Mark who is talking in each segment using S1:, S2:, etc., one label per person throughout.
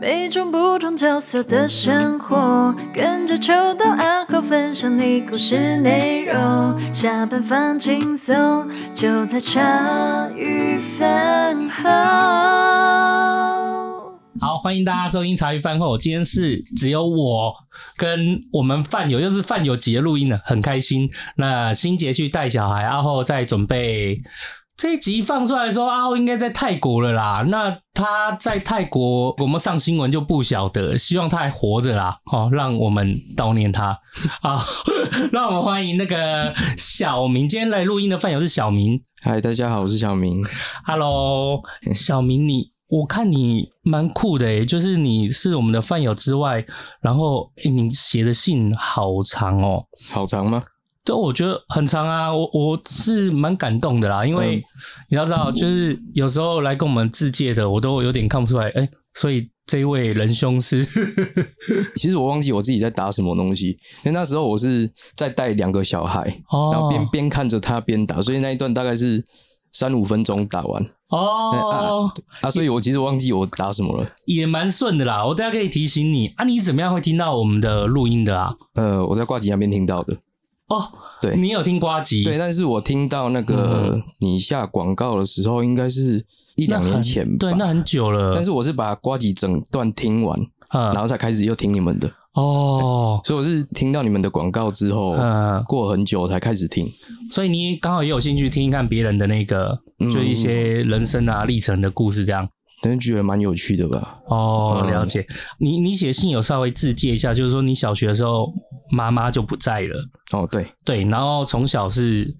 S1: 每种不同角色的生活，跟着秋到暗号分享你故事内容。下班放轻松，就在茶余饭后。
S2: 好，欢迎大家收听茶余饭后。今天是只有我跟我们饭友，又是饭友级的录音了，很开心。那新杰去带小孩，阿后在准备这一集放出来的时候，阿后应该在泰国了啦。那他在泰国有没有上新闻就不晓得，希望他还活着啦。哦，让我们悼念他。好，让我们欢迎那个小明。今天来录音的饭友是小明。
S3: 嗨，大家好，我是小明。
S2: Hello，小明你，我看你蛮酷的诶，欸就是你是我们的饭友之外，然后诶你写的信好长哦，
S3: 好长吗？
S2: 对，我觉得很长啊，我我是蛮感动的啦，因为
S3: 嗯
S2: 你要知道，就是有时候来跟我们自介的，我都有点看不出来，哎，所以这位仁兄 是
S3: 其实我忘记我自己在打什么东西，因为那时候我是在带两个小孩，然后
S2: 哦
S3: 边边看着他边打，所以那一段大概是三五分钟打完
S2: 哦，
S3: 啊，所以我其实忘记我打什么了。
S2: 也蛮顺的啦，我等一下可以提醒你啊，你怎么样会听到我们的录音的啊？
S3: 呃，我在挂机那边听到的，
S2: 哦，
S3: 对
S2: 你有嗯听瓜吉？
S3: 对，但是我听到那个你下广告的时候，应该是一
S2: 那
S3: 两
S2: 很
S3: 年前吧。
S2: 对，那很久了。
S3: 但是我是把瓜吉整段听完，
S2: 嗯
S3: 然后才开始又听你们的，
S2: 哦，
S3: 所以我是听到你们的广告之后，
S2: 嗯，
S3: 过很久才开始听。
S2: 所以你刚好也有兴趣听一看别人的那个，
S3: 嗯
S2: 就一些人生啊历程的故事这样。
S3: 但是觉得蛮有趣的吧？
S2: 哦，
S3: 嗯
S2: 了解。你你写信有稍微自介一下，就是说你小学的时候妈妈就不在了，
S3: 哦，对，
S2: 对，然后从小是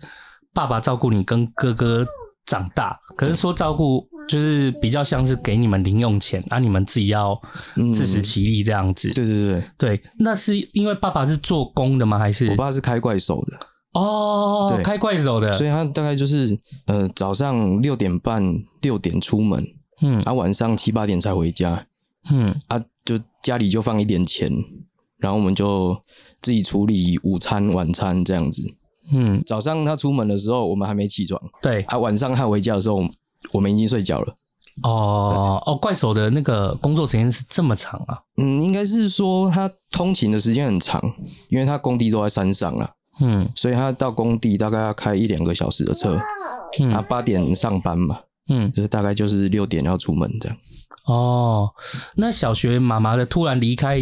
S2: 爸爸照顾你跟哥哥长大，可是说照顾就是比较像是给你们零用钱，啊，你们自己要
S3: 嗯
S2: 自食其力这样子。
S3: 对对对
S2: 对，那是因为爸爸是做工的吗？还是
S3: 对，我爸是开怪手的，
S2: 哦
S3: 对
S2: 开怪手的？
S3: 所以他大概就是呃早上六点半六点出门，
S2: 嗯
S3: 啊晚上七八点才回家，
S2: 嗯，
S3: 啊就家里就放一点钱，然后我们就自己处理午餐晚餐这样子。
S2: 嗯，
S3: 早上他出门的时候我们还没起床，
S2: 对，
S3: 啊晚上他回家的时候我们已经睡觉了。
S2: 哦哦，怪手的那个工作时间是这么长啊？
S3: 嗯，应该是说他通勤的时间很长，因为他工地都在山上啊，
S2: 嗯
S3: 所以他到工地大概要开一两个小时的车，啊，
S2: 嗯
S3: 八点上班嘛，
S2: 嗯，
S3: 就是大概就是六点要出门这样。
S2: 哦，那小学妈妈的突然离开，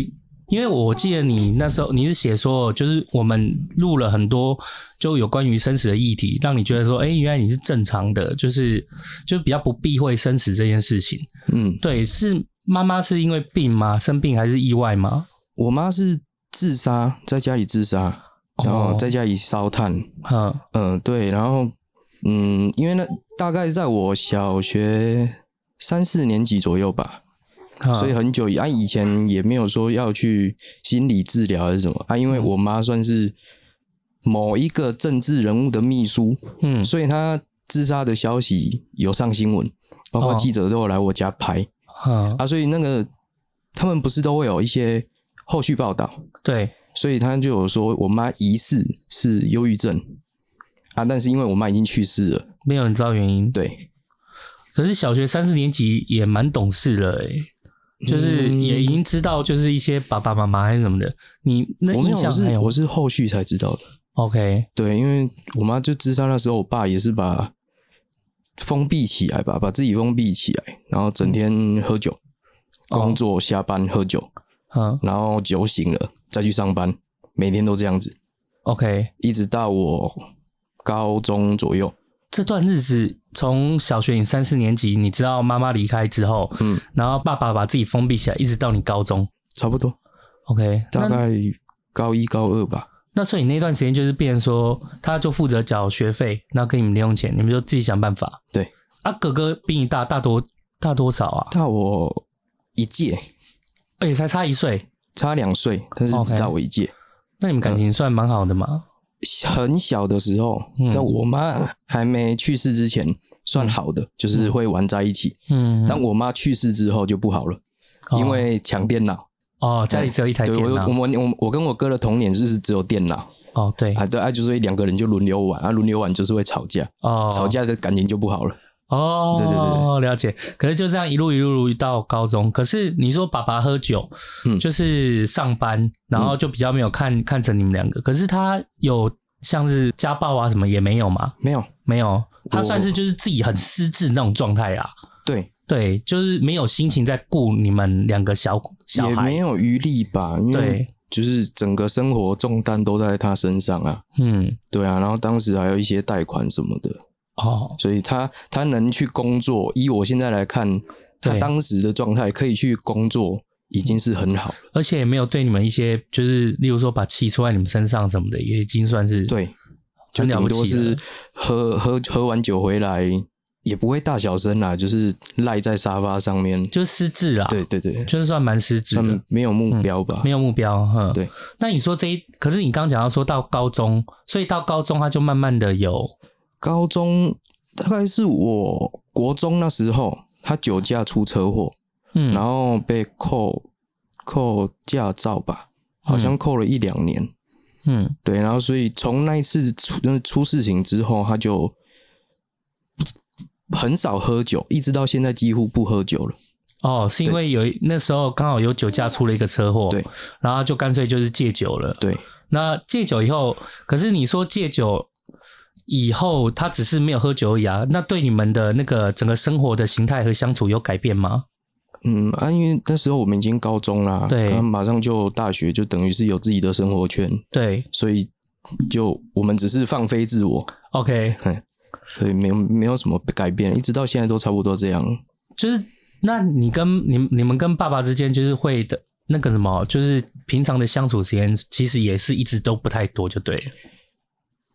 S2: 因为我记得你那时候你是写说，就是我们录了很多就有关于生死的议题，让你觉得说，哎、原来你是正常的，就是就比较不避讳生死这件事情。
S3: 嗯，
S2: 对，是妈妈是因为病吗？生病还是意外吗？
S3: 我妈是自杀，在家里自杀，然
S2: 哦
S3: 后在家里烧炭。
S2: 嗯
S3: 嗯、对，然后嗯，因为那大概在我小学三四年级左右吧，
S2: 嗯
S3: 所以很久以啊，以前也没有说要去心理治疗还是什么啊，因
S2: 嗯
S3: 为我妈算是某一个政治人物的秘书，
S2: 嗯
S3: 所以她自杀的消息有上新闻，包括
S2: 哦
S3: 记者都有来我家拍。
S2: 嗯，
S3: 啊，所以那个他们不是都会有一些后续报道，
S2: 对，
S3: 所以他就有说我妈疑似是忧郁症啊，但是因为我妈已经去世了，
S2: 没有人知道原因。
S3: 对，
S2: 可是小学三四年级也蛮懂事了、欸，就是
S3: 嗯
S2: 也已经知道，就是一些爸爸妈妈还是什么的。你那
S3: 我
S2: 印
S3: 没有，我
S2: 象还
S3: 是
S2: 有
S3: 我是后续才知道的，
S2: OK，
S3: 对，因为我妈就自杀那时候，我爸也是把封闭起来吧，把自己封闭起来，然后
S2: 嗯
S3: 整天喝酒，
S2: 哦
S3: 工作下班喝酒，
S2: 嗯
S3: 然后酒醒了再去上班，每天都这样子，
S2: ，OK，
S3: 一直到我高中左右，
S2: 这段日子从小学你三四年级，你知道妈妈离开之后，
S3: 嗯，
S2: 然后爸爸把自己封闭起来，一直到你高中。
S3: 差不多。
S2: OK，
S3: 大
S2: 那
S3: 概高一高二吧。
S2: 那所以那段时间就是变成说，他就负责缴学费，然后给你们零用钱，你们就自己想办法。
S3: 对，
S2: 啊，哥哥比你大大多大多少啊？
S3: 大我一届，
S2: 而且才差一岁，
S3: 差两岁，但是
S2: OK
S3: 只大我一届。
S2: 那你们感情
S3: 嗯
S2: 算蛮好的嘛？
S3: 很小的时候
S2: 嗯，
S3: 在我妈还没去世之前，算好的，就是会玩在一起。
S2: 嗯，
S3: 但我妈去世之后就不好了，
S2: 哦
S3: 因为抢电脑。
S2: 哦，家里只有一台
S3: 对
S2: 电
S3: 我，我
S2: 脑。
S3: 我我我跟我哥的童年就是只有电脑
S2: 哦，对，
S3: 啊，对啊，就是两个人就轮流玩啊，轮流玩就是会吵架，
S2: 哦，
S3: 吵架的感情就不好了。
S2: 哦，
S3: 对对对
S2: 了解。可是就这样一路一路到高中，可是你说爸爸喝酒，
S3: 嗯
S2: 就是上班，然后就比较没有看看着你们两个。可是他有像是家暴啊什么也没有嘛？
S3: 没有，
S2: 没有，他
S3: 我
S2: 算是就是自己很失智那种状态啦。
S3: 对，
S2: 对，就是没有心情在顾你们两个小小
S3: 也没
S2: 孩。
S3: 有余力吧，因为
S2: 对
S3: 就是整个生活重担都在他身上啊。
S2: 嗯，
S3: 对啊，然后当时还有一些贷款什么的，
S2: 哦，
S3: 所以他他能去工作，以我现在来看，他
S2: 对
S3: 当时的状态可以去工作，已经是很好了。
S2: 而且也没有对你们一些，就是例如说把气出在你们身上什么的，也已经算是
S3: 对，就
S2: 很了
S3: 顶
S2: 不
S3: 多
S2: 起了
S3: 是。喝喝喝完酒回来，也不会大小声啦，就是赖在沙发上面。
S2: 就失智啦。
S3: 对对对，
S2: 就是算蛮失职
S3: 他
S2: 的嗯
S3: 们，没有目标吧？
S2: 没有目标，哼。
S3: 对。
S2: 那你说这一，可是你刚讲到说到高中，所以到高中他就慢慢的有，
S3: 高中大概是我国中那时候，他酒驾出车祸，
S2: 嗯，
S3: 然后被扣扣驾照吧，好像扣了一两年。
S2: 嗯，
S3: 对，然后所以从那一次出呃出事情之后，他就不很少喝酒，一直到现在几乎不喝酒了。
S2: 哦，是因为有一那时候刚好有酒驾出了一个车祸，
S3: 对，
S2: 然后就干脆就是戒酒了。
S3: 对，
S2: 那戒酒以后，可是你说戒酒。以后他只是没有喝酒而已啊，那对你们的那个整个生活的形态和相处有改变吗？
S3: 嗯啊，因为那时候我们已经高中啦，
S2: 对
S3: 他马上就大学，就等于是有自己的生活圈，
S2: 对
S3: 所以就我们只是放飞自我，
S2: ，OK，
S3: 所以没有没有什么改变，一直到现在都差不多这样。
S2: 就是那你跟你你们跟爸爸之间就是会的那个什么，就是平常的相处时间其实也是一直都不太多，就对了。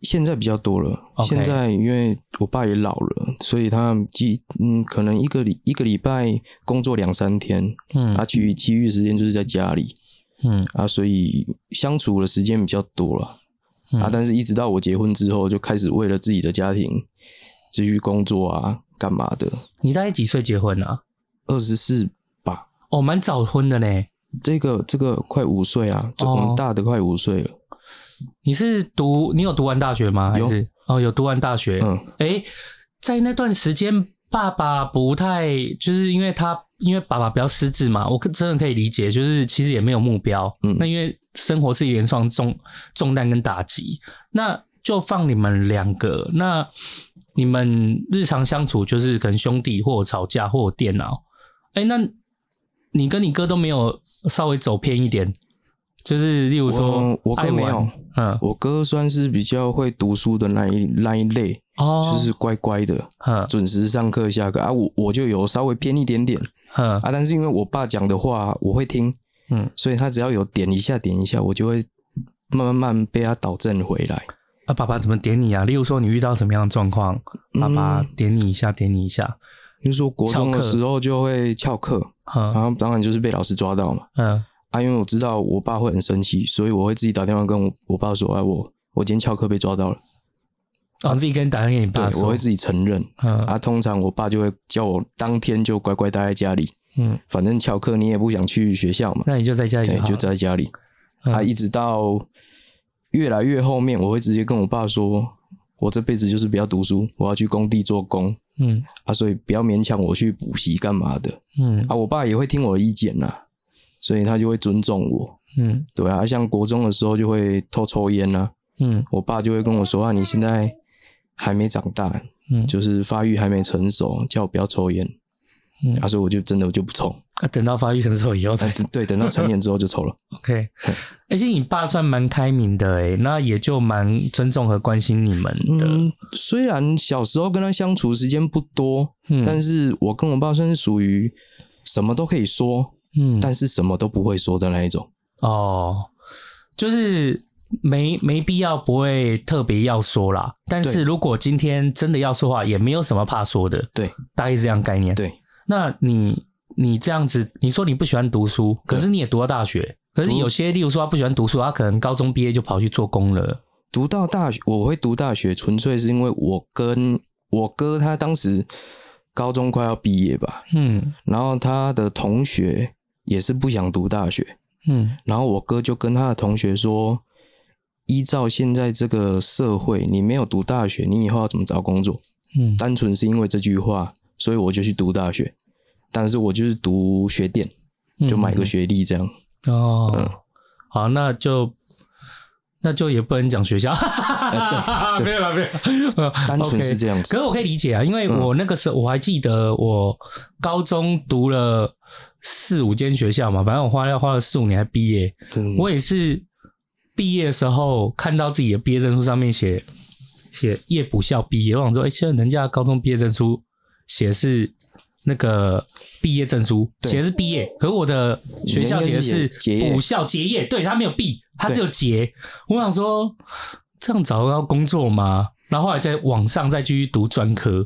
S3: 现在比较多了。
S2: OK
S3: 现在因为我爸也老了，所以他几嗯，可能一个礼一个礼拜工作两三天，
S2: 嗯
S3: 啊，其余其余时间就是在家里
S2: 嗯
S3: 啊，所以相处的时间比较多了、
S2: 嗯
S3: 啊。但是一直到我结婚之后，就开始为了自己的家庭继续工作啊，干嘛的？
S2: 你大概几岁结婚啊？
S3: 二十四吧，
S2: 哦，蛮早婚的呢。
S3: 这个这个快五岁啊，这
S2: 哦
S3: 我们大的快五岁了，
S2: 你是读你有读完大学吗？还
S3: 有
S2: 是哦有读完大学？
S3: 嗯，
S2: 诶，在那段时间，爸爸不太就是因为他因为爸爸比较失智嘛，我可真的可以理解，就是其实也没有目标。
S3: 嗯
S2: 那因为生活是一连串重重担跟打击，那就放你们两个，那你们日常相处就是可能兄弟或吵架或电脑。哎、那你跟你哥都没有稍微走偏一点，就是例如说
S3: 我我哥
S2: 爱玩
S3: 没有，
S2: 嗯，
S3: 我哥算是比较会读书的那一那一类，
S2: 哦，
S3: 就是乖乖的。
S2: 嗯
S3: 准时上课下课啊，我我就有稍微偏一点点
S2: 嗯
S3: 啊，但是因为我爸讲的话我会听，
S2: 嗯
S3: 所以他只要有点一下点一下，我就会慢慢慢被他导正回来。
S2: 啊，爸爸怎么点你啊？例如说你遇到什么样的状况，爸爸
S3: 嗯
S2: 点你一下，点你一下。
S3: 就是说国中的
S2: 翘课
S3: 时候就会翘课，
S2: 嗯
S3: 然后当然就是被老师抓到嘛
S2: 嗯
S3: 啊，因为我知道我爸会很生气，所以我会自己打电话跟我我爸说，哎、我我今天翘课被抓到了，
S2: 哦，自己跟打电话给你
S3: 对
S2: 爸
S3: 我
S2: 说
S3: 会。自己承认
S2: 嗯
S3: 啊。通常我爸就会叫我当天就乖乖待在家里，
S2: 嗯，
S3: 反正翘课你也不想去学校嘛，
S2: 那你就在家里
S3: 对，
S2: 好
S3: 就
S2: 了
S3: 在家里。
S2: 嗯
S3: 啊，一直到越来越后面，我会直接跟我爸说，我这辈子就是不要读书，我要去工地做工
S2: 嗯
S3: 啊，所以不要勉强我去补习干嘛的
S2: 嗯
S3: 啊。我爸也会听我的意见呐，所以他就会尊重我。
S2: 嗯
S3: 对啊，像国中的时候就会偷抽烟呐、
S2: 嗯
S3: 我爸就会跟我说啊，你现在还没长大，
S2: 嗯，
S3: 就是发育还没成熟，叫我不要抽烟。
S2: 嗯
S3: 啊，所以我就真的我就不抽，
S2: 啊等到发育成熟以后
S3: 啊
S2: 才、
S3: 对，等到成年之后就 抽了。
S2: OK。而且你爸算蛮开明的诶、那也就蛮尊重和关心你们的。
S3: 嗯，虽然小时候跟他相处时间不多，
S2: 嗯
S3: 但是我跟我爸算是属于什么都可以说，
S2: 嗯，
S3: 但是什么都不会说的那一种。
S2: 哦，就是没没必要，不会特别要说啦。但是
S3: 对
S2: 如果今天真的要说话，也没有什么怕说的。
S3: 对
S2: 大概是这样概念。，
S3: 对，
S2: 那你你这样子，你说你不喜欢读书，可是你也读到大学，可是
S3: 读
S2: 有些，例如说他不喜欢读书，他可能高中毕业就跑去做工了。
S3: 读到大学，我会读大学，纯粹是因为我跟我哥他当时高中快要毕业吧，
S2: 嗯
S3: 然后他的同学也是不想读大学，
S2: 嗯
S3: 然后我哥就跟他的同学说。依照现在这个社会，你没有读大学，你以后要怎么找工作？
S2: 嗯
S3: 单纯是因为这句话，所以我就去读大学。但是我就是读学店，就
S2: 嗯
S3: 买个学历 这样。
S2: 哦，
S3: 嗯
S2: 好，那就那就也不能讲学校，
S3: 哎对对
S2: 没有 了，没有了，
S3: 单纯是这样
S2: OK 可
S3: 子。
S2: 是我可以理解啊，因为
S3: 嗯
S2: 我那个时候我还记得，我高中读了四五间学校嘛，反正我花了花了四五年才毕业。
S3: 真的
S2: 我也是毕业的时候看到自己的毕业证书上面写写夜补校毕业，我想说，哎、现在人家高中毕业证书写是那个毕业证书，
S3: 对
S2: 写的是毕业，可是我的学校写的
S3: 你那
S2: 是
S3: 个是结业
S2: 补校结业，对他没有毕，他
S3: 对
S2: 只有结。我想说，这样找得到工作吗？然后后来在网上再继续读专科，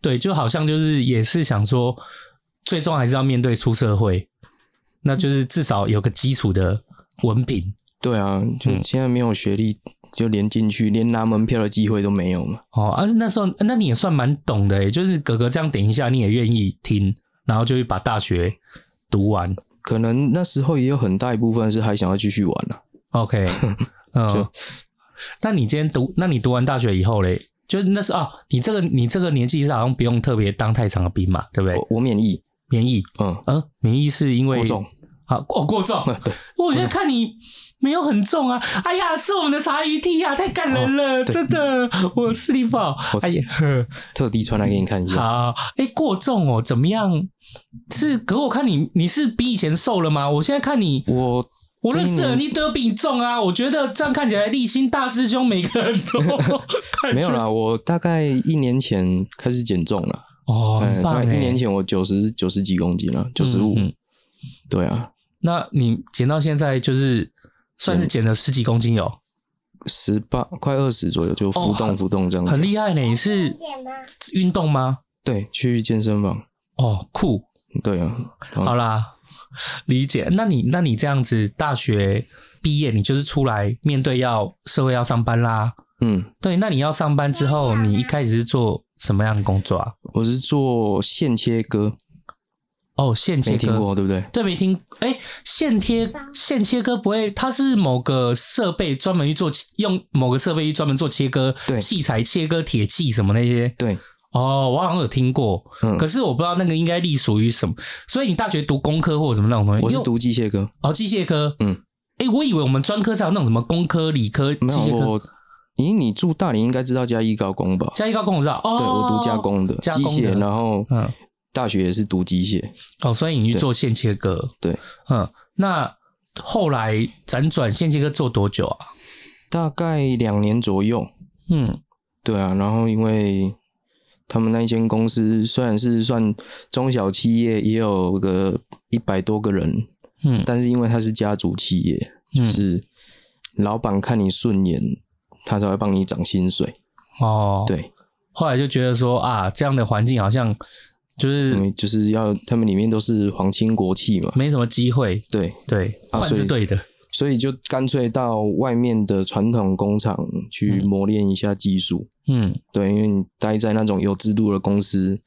S2: 对，就好像就是也是想说，最终还是要面对出社会，那就是至少有个基础的文凭
S3: 对啊，就现在没有学历，就连进去连拿门票的机会都没有嘛。
S2: 哦。而、且那时候，那你也算蛮懂的诶，欸就是哥哥这样点一下，你也愿意听，然后就去把大学读完。
S3: 可能那时候也有很大一部分是还想要继续玩啊。
S2: OK，嗯
S3: 就，
S2: 那你今天读，那你读完大学以后嘞，就是那时候啊，你这个你这个年纪是好像不用特别当太长的兵嘛，对不对？
S3: 我我免疫，
S2: 免疫，
S3: 嗯，
S2: 嗯，免疫是因为
S3: 哦过重，嗯
S2: 好哦，过重，
S3: 对，
S2: 我现在看你没有很重啊！哎呀，是我们的茶余地啊，太感人了，
S3: 哦对
S2: 真的，我视力不好。哎 呀，呵
S3: 特地穿来给你看一下。
S2: 好，哎、过重哦，怎么样？是，可我看你你是比以前瘦了吗？我现在看你，
S3: 我
S2: 我认识的
S3: 今年
S2: 人你都比你重啊，我觉得这样看起来立新大师兄每个人 都
S3: 没有啦，我大概一年前开始减重了，
S2: 哦，
S3: 哎
S2: 很棒
S3: 大概一年
S2: 哎，
S3: 前我九十九十几公斤了，九十五
S2: 嗯嗯。
S3: 对啊，
S2: 那你减到现在就是算是减了十几公斤有，
S3: 十八快二十左右就浮
S2: 哦
S3: 动
S2: 很
S3: 浮动这样子。
S2: 很厉害呢。你是
S4: 点吗？
S2: 运动吗？
S3: 对，去健身房。
S2: 哦，酷，
S3: 对啊，
S2: 好
S3: 然后
S2: 啦， 理解。那你那你这样子，大学毕业你就是出来面对要社会要上班啦。
S3: 嗯，
S2: 对，那你要上班之后，你一开始是做什么样的工作啊？
S3: 我是做线切割，
S2: 哦，线切
S3: 没听
S2: 割。
S3: 过对不对？
S2: 对，没听。哎、线贴线切割不会，它是某个设备专门去做，用某个设备去专门做切割
S3: 对
S2: 器材，切割铁器什么那些。
S3: 对，
S2: 哦，我好像有听过，
S3: 嗯
S2: 可是我不知道那个应该隶属于什么。所以你大学读工科或者什么那种东西，
S3: 我
S2: 因
S3: 是
S2: 为
S3: 读机械科，
S2: 哦，机械科，
S3: 嗯，
S2: 哎、我以为我们专科才有那种什么工科、理科、机
S3: 没有
S2: 械科。
S3: 我。咦，你住大理应该知道嘉义高工吧？
S2: 加一高工我知道，哦，
S3: 对，我读加，工的，
S2: 加
S3: 机
S2: 工的
S3: 械，然后
S2: 嗯，
S3: 大学也是读机械，
S2: 哦，所以你去做线切割，
S3: 对，
S2: 嗯，那后来辗转线切割做多久啊？
S3: 大概两年左右。
S2: 嗯，
S3: 对啊，然后因为他们那一间公司虽然是算中小企业，也有个一百多个人，
S2: 嗯
S3: 但是因为它是家族企业，就
S2: 嗯，
S3: 是老板看你顺眼，他才会帮你涨薪水。
S2: 哦，，
S3: 对，
S2: 后来就觉得说啊，这样的环境好像就是
S3: 因为就是要他们里面都是皇亲国戚嘛，
S2: 没什么机会，
S3: 对，
S2: 对，
S3: 啊
S2: 换、
S3: 所以
S2: 是对的，
S3: 所以就干脆到外面的传统工厂去磨练一下技术。
S2: 嗯，
S3: 对，因为你待在那种有制度的公司，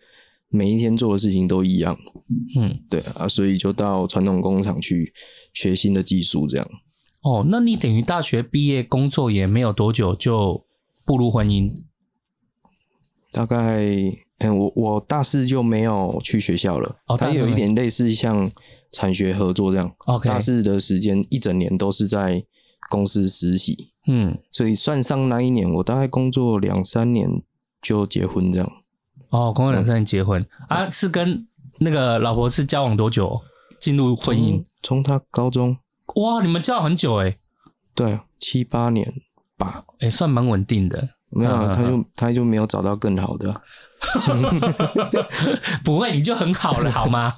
S3: 每一天做的事情都一样。
S2: 嗯，
S3: 对啊，所以就到传统工厂去学新的技术，这样。
S2: 哦，那你等于大学毕业工作也没有多久就步入婚姻，
S3: 大概，嗯，我我大四就没有去学校了，
S2: 哦大
S3: 它
S2: 四
S3: 有一
S2: 没哦
S3: 点类似像产学合作这样。
S2: OK
S3: 大四的时间一整年都是在公司实习，
S2: 嗯，
S3: 所以算上那一年，我大概工作两三年就结婚这样。
S2: 哦，工作两三年结婚、啊，是跟那个老婆是交往多久进入婚姻？
S3: 从从他高中，
S2: 哇，你们交往很久哎、欸，
S3: 对啊，七八年吧，
S2: 哎、算蛮稳定的。
S3: 没
S2: 嗯
S3: 有
S2: 嗯
S3: 啊，
S2: 嗯
S3: 他就他就没有找到更好的啊。
S2: 不会，你就很好了，好吗？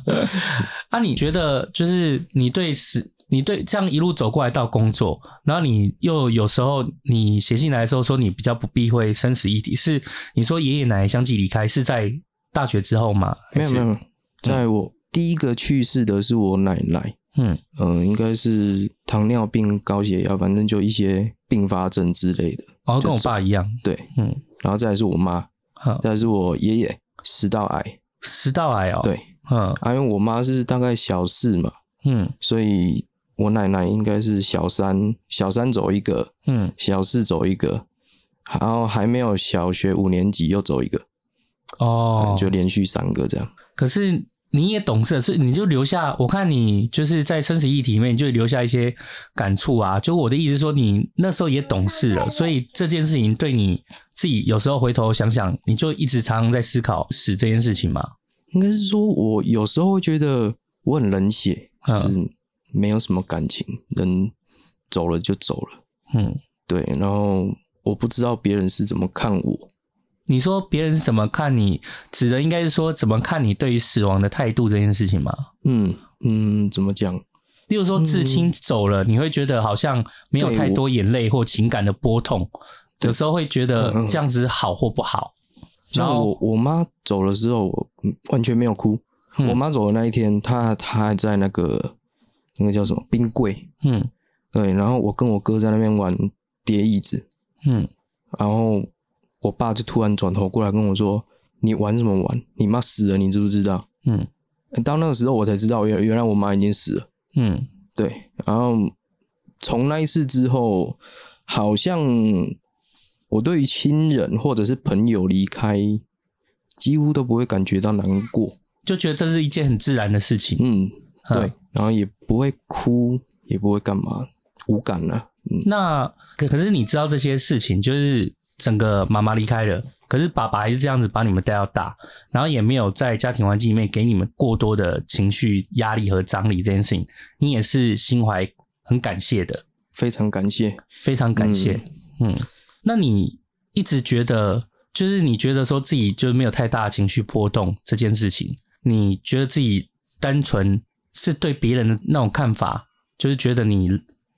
S2: 啊，你觉得就是你对时，你对这样一路走过来到工作，然后你又有时候你写信来的时候说你比较不避讳生死议题，是你说爷爷奶奶相继离开是在大学之后吗？
S3: 没有
S2: 还是
S3: 没有，没有在我第一个去世的是我奶奶，
S2: 嗯，
S3: 嗯、应该是糖尿病、高血压，反正就一些并发症之类的。
S2: 哦，跟我爸一样，
S3: 对，
S2: 嗯，
S3: 然后再来是我妈，
S2: 好，
S3: 再来是我爷爷食道癌。
S2: 食道癌哦，，
S3: 对，
S2: 嗯
S3: 啊，因为我妈是大概小四嘛，
S2: 嗯
S3: 所以我奶奶应该是小三，小三走一个，
S2: 嗯，
S3: 小四走一个，然后还没有小学五年级又走一个，
S2: 哦，
S3: 就连续三个这样。
S2: 可是你也懂事，所以你就留下。我看你就是在生死议题里面，你就留下一些感触啊。就我的意思是说，你那时候也懂事了，所以这件事情对你自己有时候回头想想，你就一直常常在思考死这件事情嘛。
S3: 应该是说我有时候会觉得我很冷血，
S2: 嗯
S3: 就是没有什么感情，人走了就走了。
S2: 嗯，
S3: 对，然后我不知道别人是怎么看我。
S2: 你说别人是怎么看你，指的应该是说怎么看你对于死亡的态度这件事情嘛。
S3: 嗯嗯，怎么讲？
S2: 例如
S3: 嗯
S2: 说至亲走了，你会觉得好像没有
S3: 对
S2: 太
S3: 我
S2: 多眼泪或情感的波动，
S3: 对
S2: 有时候会觉得
S3: 嗯嗯
S2: 这样子好或不好。然
S3: 像
S2: 后
S3: 我我妈走了之后，我嗯完全没有哭。
S2: 嗯
S3: 我妈走的那一天，她她还在那个那个叫什么冰柜，
S2: 嗯
S3: 对，然后我跟我哥在那边玩叠椅子，
S2: 嗯，
S3: 然后我爸就突然转头过来跟我说：“你玩什么玩？你妈死了，你知不知道？”
S2: 嗯
S3: 到那个时候我才知道原原来我妈已经死了。
S2: 嗯
S3: 对，然后从那一次之后，好像我对于亲人或者是朋友离开，几乎都不会感觉到难过。
S2: 就觉得这是一件很自然的事情。
S3: 嗯，对，
S2: 嗯
S3: 然后也不会哭，也不会干嘛，无感了、嗯，
S2: 那可可是你知道这些事情，就是整个妈妈离开了，可是爸爸还是这样子把你们带到大，然后也没有在家庭环境里面给你们过多的情绪压力和张力这件事情，你也是心怀很感谢的。
S3: 非常感谢。
S2: 非常感谢。嗯那你一直觉得，就是你觉得说自己就是没有太大的情绪波动这件事情，你觉得自己单纯是对别人的那种看法，就是觉得你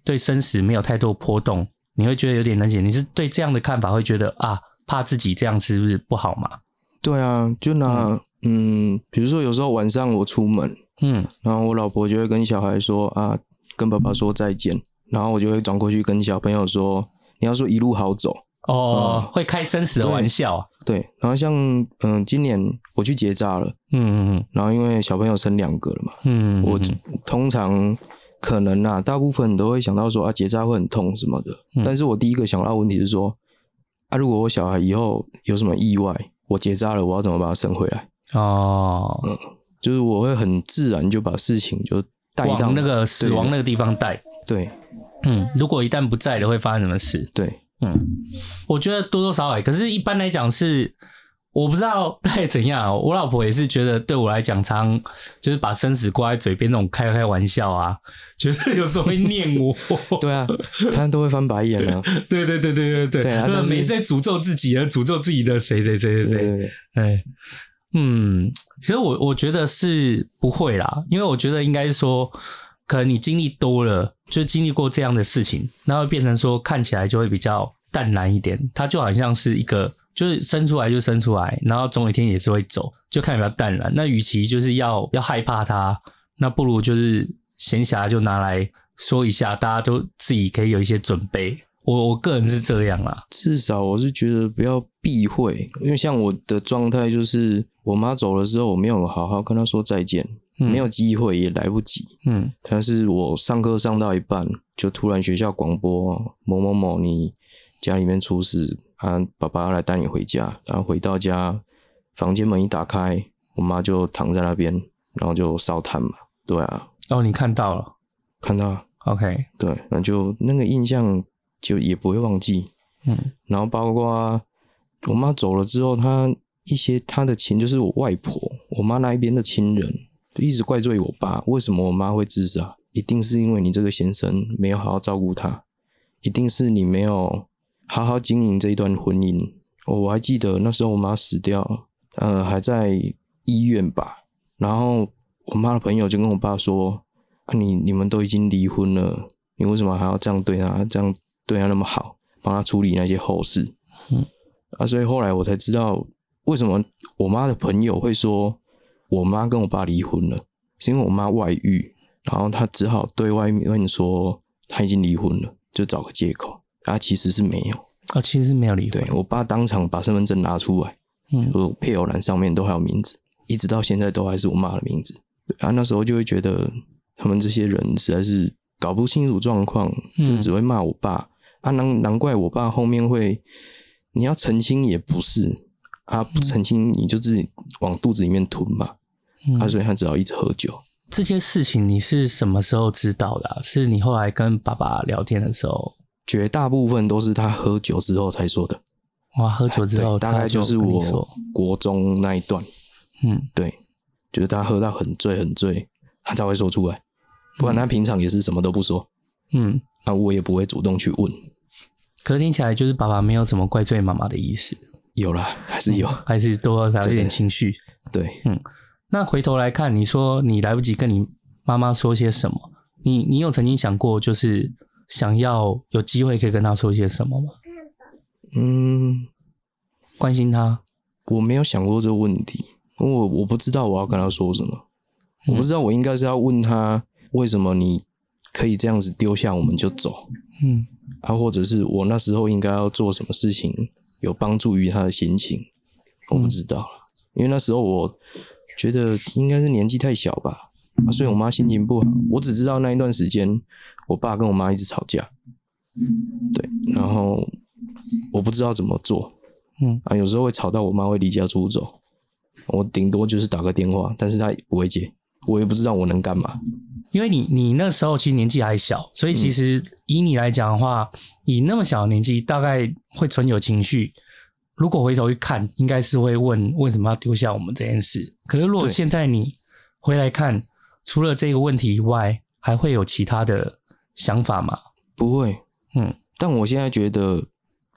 S2: 对生死没有太多波动，你会觉得有点难解。你是对这样的看法会觉得啊，怕自己这样是不是不好嘛？
S3: 对啊，就拿嗯比如说有时候晚上我出门，
S2: 嗯
S3: 然后我老婆就会跟小孩说啊，跟爸爸说再见，然后我就会转过去跟小朋友说，你要说一路好走。
S2: 哦，
S3: 嗯
S2: 会开生死的玩笑啊。
S3: 对，然后像嗯，今年我去结扎了，
S2: 嗯嗯
S3: 然后因为小朋友生两个了嘛，
S2: 嗯，嗯
S3: 我
S2: 嗯
S3: 通常可能啊，大部分都会想到说啊，结扎会很痛什么的，
S2: 嗯
S3: 但是我第一个想到的问题是说，啊，如果我小孩以后有什么意外，我结扎了，我要怎么把他生回来？
S2: 哦，
S3: 就是我会很自然就把事情就带到
S2: 往那个死亡
S3: 对
S2: 那个地方带。
S3: 对
S2: 嗯，如果一旦不在了，会发生什么事？
S3: 对，
S2: 嗯，我觉得多多少少、欸，可是一般来讲是，我不知道 该怎样啊。我老婆也是觉得对我来讲，常就是把生死挂在嘴边那种开开玩笑啊，就是有时候会念我。
S3: 对啊，他都会翻白眼啊，
S2: 对对对对对对，
S3: 对啊但是
S2: 每次在诅咒自己，而诅咒自己的谁谁谁谁
S3: 对
S2: 谁
S3: 对。对，
S2: 哎，嗯，其实我我觉得是不会啦，因为我觉得应该是说，可能你经历多了，就经历过这样的事情，那会变成说看起来就会比较淡然一点。它就好像是一个，就是生出来就生出来，然后总有一天也是会走，就看起来比较淡然。那与其就是要要害怕它，那不如就是闲暇就拿来说一下，大家都自己可以有一些准备。我我个人是这样啦，
S3: 至少我是觉得不要避讳，因为像我的状态就是，我妈走了之后，我没有好好跟她说再见，
S2: 嗯
S3: 没有机会也来不及。
S2: 嗯
S3: 但是我上课上到一半，就突然学校广播某某某，你家里面出事，啊，爸爸来带你回家。然后回到家，房间门一打开，我妈就躺在那边，然后就烧炭嘛。对啊，
S2: 哦，你看到了
S3: 看到
S2: ，OK，
S3: 对，然后就那个印象就也不会忘记。
S2: 嗯
S3: 然后包括我妈走了之后，她一些她的亲，就是我外婆，我妈那一边的亲人，就一直怪罪我爸，为什么我妈会自杀？一定是因为你这个先生没有好好照顾她，一定是你没有好好经营这一段婚姻。哦我还记得那时候我妈死掉，呃，还在医院吧。然后我妈的朋友就跟我爸说：“啊你你们都已经离婚了，你为什么还要这样对她？这样对她那么好，帮她处理那些后事？”
S2: 嗯
S3: 啊，所以后来我才知道为什么我妈的朋友会说我妈跟我爸离婚了，是因为我妈外遇，然后她只好对外面说她已经离婚了，就找个借口。啊，其实是没有。
S2: 哦，其实是没有离婚
S3: 对。我爸当场把身份证拿出来，
S2: 嗯
S3: 我配偶栏上面都还有名字，一直到现在都还是我妈的名字。对啊，那时候就会觉得他们这些人实在是搞不清楚状况，就
S2: 嗯
S3: 只会骂我爸。啊，难难怪我爸后面会，你要澄清也不是啊，不澄清你就自己往肚子里面吞嘛。
S2: 嗯
S3: 啊，所以他只好一直喝酒。
S2: 这件事情你是什么时候知道的啊、是你后来跟爸爸聊天的时候，
S3: 绝大部分都是他喝酒之后才说的。
S2: 哇，喝酒之后，
S3: 哎对大概
S2: 就
S3: 就是
S2: 跟你
S3: 我
S2: 说
S3: 国中那一段，
S2: 嗯，
S3: 对，就是他喝到很醉很醉，他才会说出来，不然他平常也是什么都不说，
S2: 嗯，
S3: 那我也不会主动去问。
S2: 可是听起来就是爸爸没有什么怪罪妈妈的意思，
S3: 有啦，还是有，
S2: 还是多多少少有
S3: 对
S2: 点
S3: 对
S2: 情绪。
S3: 对，
S2: 那回头来看，你说你来不及跟你妈妈说些什么，你你有曾经想过，就是想要有机会可以跟她说些什么吗？
S3: 嗯，
S2: 关心她，
S3: 我没有想过这个问题，因为我我不知道我要跟他说什么，我不知道我应该是要问他为什么你可以这样子丢下我们就走，
S2: 嗯
S3: 啊，或者是我那时候应该要做什么事情有帮助于他的心情，我不知道了，因为那时候我觉得应该是年纪太小吧，啊，所以我妈心情不好，我只知道那一段时间我爸跟我妈一直吵架，对，然后我不知道怎么做
S2: 嗯
S3: 啊，有时候会吵到我妈会离家出走，我顶多就是打个电话，但是她也不会接，我也不知道我能干嘛，
S2: 因为你你那时候其实年纪还小，所以其实以你来讲的话，以那么小的年纪，大概会存有情绪。如果回头一看，应该是会问为什么要丢下我们这件事。可是如果
S3: 对
S2: 现在你回来看，除了这个问题以外，还会有其他的想法吗？
S3: 不会，
S2: 嗯
S3: 但我现在觉得，